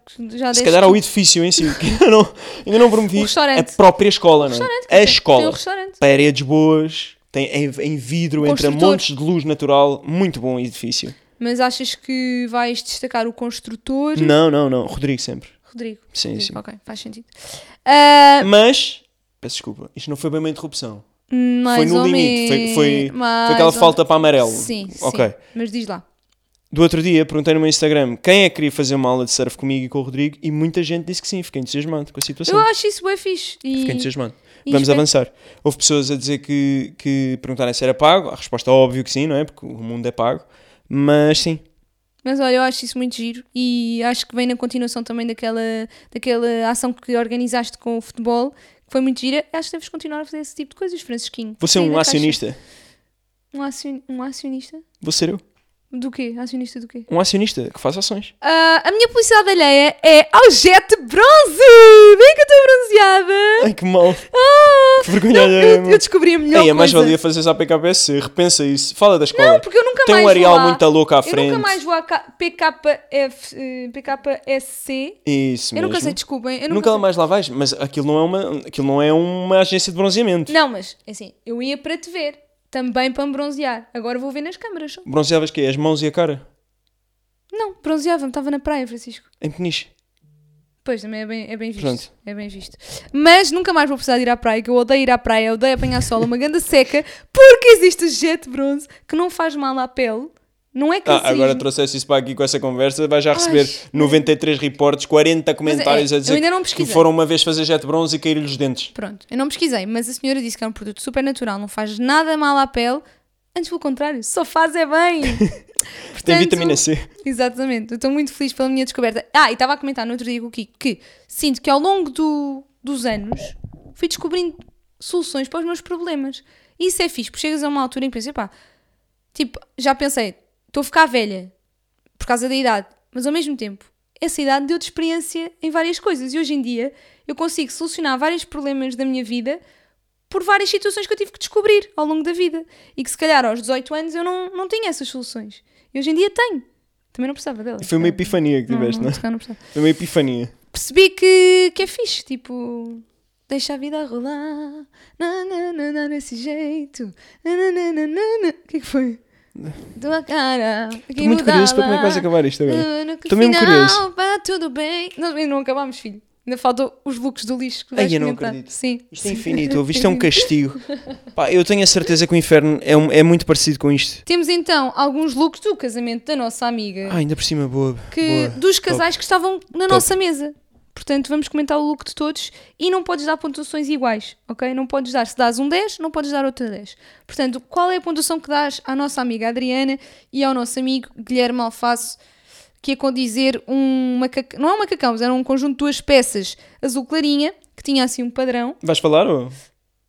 Speaker 1: Se
Speaker 2: deste
Speaker 1: calhar ao
Speaker 2: o
Speaker 1: edifício em si, que ainda não, ainda não promovi
Speaker 2: O restaurante.
Speaker 1: a própria escola, não
Speaker 2: restaurante.
Speaker 1: é? A
Speaker 2: Tem o
Speaker 1: escola.
Speaker 2: restaurante.
Speaker 1: Paredes boas, tem em, em vidro, entra
Speaker 2: Construtor.
Speaker 1: montes de luz natural, muito bom edifício.
Speaker 2: Mas achas que vais destacar o construtor?
Speaker 1: Não, não, não, Rodrigo sempre.
Speaker 2: Ah, Rodrigo.
Speaker 1: Sim,
Speaker 2: Rodrigo,
Speaker 1: sim.
Speaker 2: Ok, faz sentido. Ah,
Speaker 1: Mas Peço desculpa. Isto não foi bem uma interrupção.
Speaker 2: Mais
Speaker 1: foi no
Speaker 2: ou
Speaker 1: limite. Foi, foi,
Speaker 2: mais
Speaker 1: foi aquela
Speaker 2: ou-
Speaker 1: falta para amarelo.
Speaker 2: Sim, sim.
Speaker 1: Ok.
Speaker 2: Mas diz lá.
Speaker 1: Do outro dia perguntei no meu Instagram quem é que queria fazer uma aula de surf comigo e com o Rodrigo e muita gente disse que sim. Fiquei entusiasmado com a situação.
Speaker 2: Eu acho isso bem fixe. E...
Speaker 1: Fiquei entusiasmado.
Speaker 2: e
Speaker 1: Vamos
Speaker 2: espero-
Speaker 1: avançar. Houve pessoas a dizer que, que perguntaram se era pago. A resposta é óbvio que sim, não é? Porque o mundo é pago. Mas sim.
Speaker 2: Mas olha, eu acho isso muito giro e acho que vem na continuação também daquela, daquela ação que organizaste com o futebol, que foi muito gira. Acho que deves continuar a fazer esse tipo de coisas, Francisquinho.
Speaker 1: Vou ser
Speaker 2: Sair da
Speaker 1: um
Speaker 2: caixa.
Speaker 1: acionista.
Speaker 2: Um, acion- um acionista?
Speaker 1: Vou ser eu.
Speaker 2: Do quê? Acionista do quê?
Speaker 1: Um acionista que faz ações.
Speaker 2: Ah, a minha publicidade alheia é Algete Bronze! Vem que eu estou bronzeada!
Speaker 1: Ai que mal.
Speaker 2: Ah,
Speaker 1: Que vergonha,
Speaker 2: não,
Speaker 1: olha,
Speaker 2: eu, eu descobri a melhor
Speaker 1: Ei,
Speaker 2: coisa.
Speaker 1: a mais valia fazer a PKPSC. Repensa isso. Fala da escola.
Speaker 2: Não, porque eu nunca
Speaker 1: Tem
Speaker 2: mais
Speaker 1: um areal
Speaker 2: vou lá.
Speaker 1: muito louco à
Speaker 2: Eu
Speaker 1: frente.
Speaker 2: nunca mais vou a PKF, eh, PKSC.
Speaker 1: Isso
Speaker 2: Eu
Speaker 1: mesmo.
Speaker 2: nunca sei, desculpem. Eu
Speaker 1: Nunca
Speaker 2: nunca
Speaker 1: mais lá vais, mas aquilo não é uma, aquilo não é uma agência de bronzeamento.
Speaker 2: Não, mas assim, eu ia para te ver, também para me bronzear. Agora vou ver nas câmaras. só.
Speaker 1: Bronzeavas que As mãos e a cara?
Speaker 2: Não, bronzeava-me, estava na praia, Francisco.
Speaker 1: Em peniche.
Speaker 2: Pois, também é bem, é bem visto.
Speaker 1: Pronto.
Speaker 2: É bem visto. Mas nunca mais vou precisar de ir à praia, que eu odeio ir à praia, eu odeio apanhar sol, uma ganda seca, porque existe jet bronze que não faz mal à pele. Não é que
Speaker 1: Ah, agora trouxeste isso para aqui com essa conversa, vais já receber
Speaker 2: Ai,
Speaker 1: 93 reportes, 40 comentários
Speaker 2: é,
Speaker 1: a dizer
Speaker 2: eu ainda não
Speaker 1: que
Speaker 2: pesquisei.
Speaker 1: foram uma vez fazer jet bronze e caíram-lhe os dentes.
Speaker 2: Pronto, eu não pesquisei, mas a senhora disse que é um produto super natural, não faz nada mal à pele. Antes, pelo contrário, só faz é bem.
Speaker 1: Tem
Speaker 2: Portanto,
Speaker 1: vitamina C.
Speaker 2: Exatamente, eu estou muito feliz pela minha descoberta. Ah, e estava a comentar no outro dia com o Kiko que sinto que ao longo do- dos anos fui descobrindo soluções para os meus problemas. E isso é fixe, porque chegas a uma altura em que pensas, pá, tipo, já pensei, estou a ficar velha por causa da idade, mas ao mesmo tempo, essa idade deu-te experiência em várias coisas e hoje em dia eu consigo solucionar vários problemas da minha vida por várias situações que eu tive que descobrir ao longo da vida e que se calhar aos 18 anos eu não, não tinha essas soluções e hoje em dia tenho. Também não precisava delas.
Speaker 1: Foi uma
Speaker 2: Não,
Speaker 1: epifania que
Speaker 2: não,
Speaker 1: tiveste, não,
Speaker 2: não,
Speaker 1: é?
Speaker 2: se calhar não precisava.
Speaker 1: Foi uma epifania.
Speaker 2: Percebi que, que é fixe, tipo, deixa a vida rolar, na, na, na, na, desse jeito, na, na, na, na, na, na. O que é que foi? Tua cara.
Speaker 1: Estou muito curioso para como é que vais acabar isto agora. Estou
Speaker 2: Estou
Speaker 1: mesmo curioso.
Speaker 2: Pá, tudo bem. Nós ainda não acabámos, filho. Ainda faltam os looks do lixo que
Speaker 1: Ai,
Speaker 2: vais
Speaker 1: eu não
Speaker 2: comentar.
Speaker 1: acredito.
Speaker 2: Sim.
Speaker 1: Isto é
Speaker 2: sim.
Speaker 1: infinito, ouve, isto é um castigo. Pá, eu tenho a certeza que o inferno é, um- é muito parecido com isto.
Speaker 2: Temos então alguns looks do casamento da nossa amiga,
Speaker 1: Ah, ainda por cima, boa.
Speaker 2: que,
Speaker 1: boa.
Speaker 2: dos casais que estavam na
Speaker 1: Top.
Speaker 2: nossa mesa. Portanto, vamos comentar o look de todos e não podes dar pontuações iguais, ok? Não podes dar, se dás um 10, não podes dar outro 10. Portanto, qual é a pontuação que dás à nossa amiga Adriana e ao nosso amigo Guilherme Alface, que é condizer um macacão, não é um macacão, mas era um conjunto de duas peças azul clarinha, que tinha assim um padrão.
Speaker 1: Vais falar ou?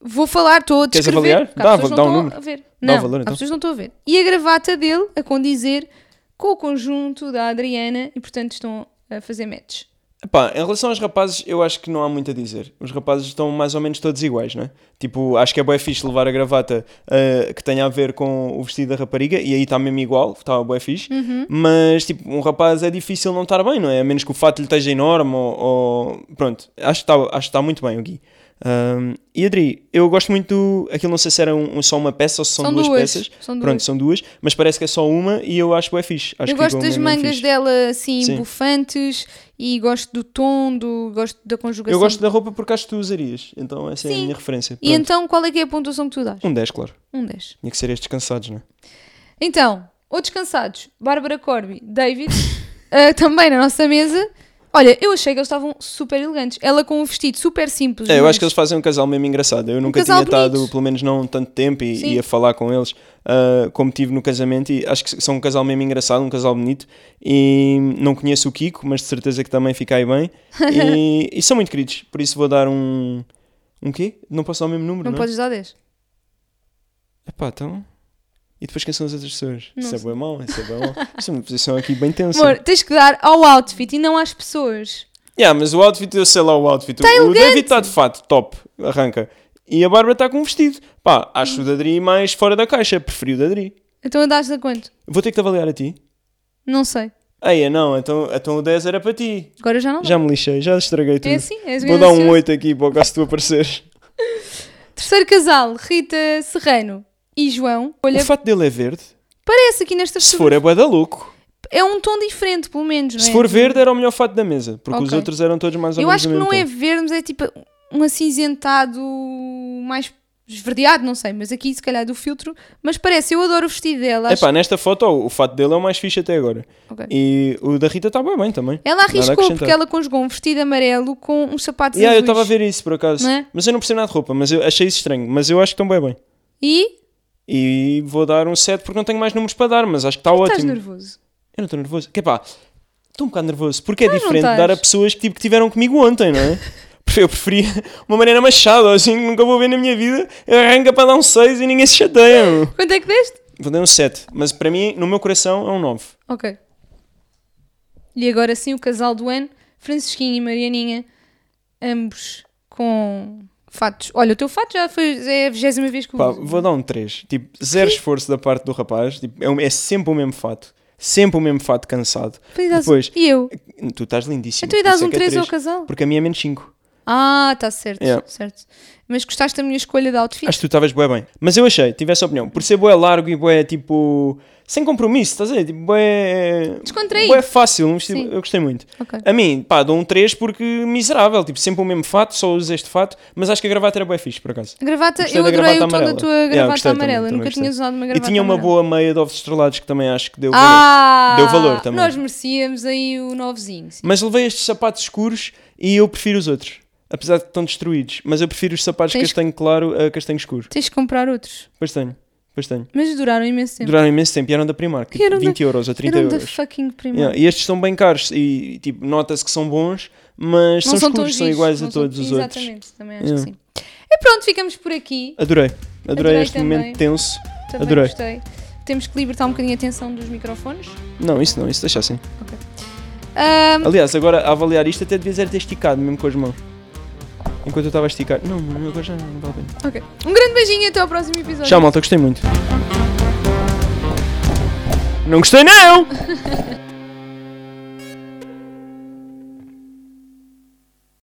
Speaker 2: Vou falar, estou a
Speaker 1: Queres
Speaker 2: descrever.
Speaker 1: avaliar?
Speaker 2: porque
Speaker 1: Dá,
Speaker 2: há pessoas
Speaker 1: dá
Speaker 2: não
Speaker 1: um
Speaker 2: estão
Speaker 1: número.
Speaker 2: A ver.
Speaker 1: Dá
Speaker 2: Não,
Speaker 1: o valor,
Speaker 2: há
Speaker 1: então.
Speaker 2: pessoas não estão a ver. E a gravata dele a condizer com o conjunto da Adriana e, portanto, estão a fazer match.
Speaker 1: Epá, em relação aos rapazes, eu acho que não há muito a dizer. Os rapazes estão mais ou menos todos iguais, né? Tipo, acho que é bué fixe levar a gravata ah, que tenha a ver com o vestido da rapariga, e aí está mesmo igual, está bué fixe.
Speaker 2: Uhum.
Speaker 1: Mas, tipo, um rapaz é difícil não estar bem, não é? A menos que o fato lhe esteja enorme ou... ou- Pronto, acho que está acho que está muito bem o Gui. Ahm, e Adri, eu gosto muito do... Aquilo não sei se era um- um- só uma peça ou se são,
Speaker 2: São
Speaker 1: duas,
Speaker 2: duas,
Speaker 1: peças.
Speaker 2: são duas.
Speaker 1: Pronto, são duas. Mas parece que é só uma e eu acho bué fixe. Acho
Speaker 2: eu
Speaker 1: que
Speaker 2: gosto
Speaker 1: ficou
Speaker 2: das
Speaker 1: mesmo
Speaker 2: mangas
Speaker 1: fixe.
Speaker 2: dela assim,
Speaker 1: Sim.
Speaker 2: bufantes e gosto do tom, do, gosto da conjugação.
Speaker 1: Eu gosto da roupa porque acho que tu usarias. Então essa é a
Speaker 2: Sim.
Speaker 1: minha referência.
Speaker 2: E
Speaker 1: Pronto.
Speaker 2: então, qual é que é a pontuação que tu dás?
Speaker 1: Um 10, claro.
Speaker 2: Um 10.
Speaker 1: Tinha que ser estes cansados, né?
Speaker 2: Então, outros cansados, Bárbara Corby, David, eh, também na nossa mesa. Olha, eu achei que eles estavam super elegantes. Ela com um vestido super simples.
Speaker 1: É, eu
Speaker 2: mas-
Speaker 1: acho que eles fazem um casal mesmo engraçado. Eu nunca tinha
Speaker 2: casal
Speaker 1: estado,
Speaker 2: bonito.
Speaker 1: pelo menos não tanto tempo,
Speaker 2: Sim.
Speaker 1: e, e a falar com eles ah, como tive no casamento. E acho que são um casal mesmo engraçado, um casal bonito. E não conheço o Kiko, mas de certeza que também fiquei bem. E, e são muito queridos, por isso vou dar um. Um quê? Não posso dar o mesmo número,
Speaker 2: Não
Speaker 1: não? é?
Speaker 2: podes dar 10.
Speaker 1: Epá, então. E depois quem são as outras pessoas?
Speaker 2: Não
Speaker 1: Isso é
Speaker 2: sei.
Speaker 1: bem mau, isso é bem mau. Isto é uma posição aqui bem tensa.
Speaker 2: Amor, tens que dar ao outfit e não às pessoas.
Speaker 1: Yeah, mas o outfit, eu sei lá o outfit. o
Speaker 2: Tá elegante.
Speaker 1: David está de fato, top, arranca. E a Bárbara está com um vestido. Pá, acho o da Adri mais fora da caixa, preferi o da Adri.
Speaker 2: Então andaste a quanto?
Speaker 1: Vou ter que te avaliar a ti.
Speaker 2: Não sei.
Speaker 1: Aí, não, então, então o 10 era para ti.
Speaker 2: Agora já não dá.
Speaker 1: Já me lixei, já estraguei tudo.
Speaker 2: É assim? És
Speaker 1: Vou
Speaker 2: grande
Speaker 1: dar um
Speaker 2: ansioso.
Speaker 1: 8 aqui para o caso tu apareceres.
Speaker 2: Terceiro casal, Rita Serrano e João. Olha,
Speaker 1: O fato dele é verde.
Speaker 2: parece aqui nesta
Speaker 1: Se for, é bué da louco.
Speaker 2: É um tom diferente, pelo menos, não é?
Speaker 1: Se for verde, era o melhor fato da mesa, porque os
Speaker 2: Ok.
Speaker 1: outros eram todos mais ou
Speaker 2: Eu
Speaker 1: menos
Speaker 2: acho que
Speaker 1: do mesmo
Speaker 2: não é
Speaker 1: tom.
Speaker 2: verde, mas é tipo um acinzentado mais esverdeado, não sei, mas aqui se calhar do filtro, mas parece, eu adoro o vestido dela. acho-
Speaker 1: Epá, nesta foto o fato dele é o mais fixe até agora.
Speaker 2: Ok.
Speaker 1: E o da Rita está bem, bem também.
Speaker 2: Ela
Speaker 1: Nada a
Speaker 2: arriscou
Speaker 1: acrescentar.
Speaker 2: porque ela conjugou um vestido amarelo com um uns sapatos
Speaker 1: Yeah, ah, eu
Speaker 2: azuis.
Speaker 1: estava a ver isso por acaso.
Speaker 2: Não é?
Speaker 1: Mas eu não percebo nada de roupa, mas eu achei isso estranho. Mas eu acho que estão bem bem.
Speaker 2: E
Speaker 1: E vou dar um 7 porque não tenho mais números para dar, mas acho que está ótimo.
Speaker 2: estás nervoso.
Speaker 1: Eu não estou nervoso. Que é pá, estou um bocado nervoso porque é
Speaker 2: não
Speaker 1: diferente
Speaker 2: estás.
Speaker 1: dar a pessoas que, tipo, que tiveram comigo ontem, não é? Porque Eu preferia uma maneira machada, assim, que nunca vou ver na minha vida. Arranca para dar um 6 e ninguém se chateia. meu.
Speaker 2: Quanto é que deste?
Speaker 1: Vou dar um 7, mas para mim, no meu coração, é um 9.
Speaker 2: Ok. E agora sim o casal do ano, Francisquinha e Marianinha, ambos com fatos. Olha, o teu fato já foi é a vigésima vez que o
Speaker 1: Pá,
Speaker 2: uso.
Speaker 1: vou dar um 3. Tipo, zero esforço da parte do rapaz. Tipo, é, um- é sempre o mesmo fato. Sempre o mesmo fato cansado.
Speaker 2: Depois dás-
Speaker 1: Depois,
Speaker 2: E eu?
Speaker 1: tu estás lindíssimo.
Speaker 2: Então e dás
Speaker 1: isso é
Speaker 2: um
Speaker 1: que é
Speaker 2: 3 ao
Speaker 1: três.
Speaker 2: casal?
Speaker 1: Porque a minha é menos 5.
Speaker 2: Ah, está certo,
Speaker 1: Yeah.
Speaker 2: certo. Mas gostaste da minha escolha de outfit?
Speaker 1: Acho que tu estavas bué bem. Mas eu achei, tive essa opinião. Por ser bué largo e bué, tipo... Sem compromisso, estás a ver? Tipo, bué...
Speaker 2: Descontraído.
Speaker 1: Bué fácil. um vestido-
Speaker 2: Sim.
Speaker 1: Eu gostei muito.
Speaker 2: Ok.
Speaker 1: A mim, pá, dou um 3 porque miserável. Tipo, sempre o mesmo fato, só uso este fato. Mas acho que a gravata era bué fixe, por acaso.
Speaker 2: A gravata,
Speaker 1: Gostei
Speaker 2: eu
Speaker 1: da gravata
Speaker 2: adorei o tom da
Speaker 1: amarela.
Speaker 2: tua
Speaker 1: Yeah,
Speaker 2: gravata
Speaker 1: gostei também,
Speaker 2: amarela.
Speaker 1: também
Speaker 2: Nunca
Speaker 1: gostei.
Speaker 2: tinha usado uma
Speaker 1: E
Speaker 2: gravata
Speaker 1: tinha uma
Speaker 2: amarela.
Speaker 1: boa meia de ovos estrelados que também acho que deu valor.
Speaker 2: Ah!
Speaker 1: Deu valor também.
Speaker 2: Nós merecíamos aí o novozinho. sim.
Speaker 1: Mas levei estes sapatos escuros e eu prefiro os outros. Apesar de que estão destruídos. Mas eu prefiro os sapatos
Speaker 2: Tens-
Speaker 1: castanho claro a castanho escuro.
Speaker 2: Tens de comprar outros.
Speaker 1: Pois tenho. Pois tenho.
Speaker 2: Mas duraram imenso tempo.
Speaker 1: Duraram um imenso tempo e eram da Primark. Tipo,
Speaker 2: Eram da-
Speaker 1: 20 euros ou 30
Speaker 2: Eram da
Speaker 1: euros.
Speaker 2: fucking primeira.
Speaker 1: Yeah, E estes são bem caros. E tipo, nota-se que são bons, mas
Speaker 2: Não
Speaker 1: são,
Speaker 2: são tão
Speaker 1: escuros, são
Speaker 2: giros,
Speaker 1: iguais
Speaker 2: não
Speaker 1: a
Speaker 2: são-
Speaker 1: todos os outros.
Speaker 2: Exatamente, também acho
Speaker 1: Yeah.
Speaker 2: que sim. E pronto, ficamos por aqui.
Speaker 1: Adorei. Adorei,
Speaker 2: Adorei
Speaker 1: este
Speaker 2: também.
Speaker 1: momento tenso.
Speaker 2: Também
Speaker 1: Adorei.
Speaker 2: gostei. Temos que libertar um bocadinho a tensão dos microfones.
Speaker 1: Não, isso não, isso deixa assim.
Speaker 2: Ahm,
Speaker 1: Aliás, agora a avaliar isto até devias era ter esticado mesmo com as mãos. Enquanto eu estava a esticar. Não, não, agora já não vale a pena.
Speaker 2: ok. Um grande beijinho e até ao próximo episódio.
Speaker 1: Tchau, malta, gostei muito. Não gostei, não!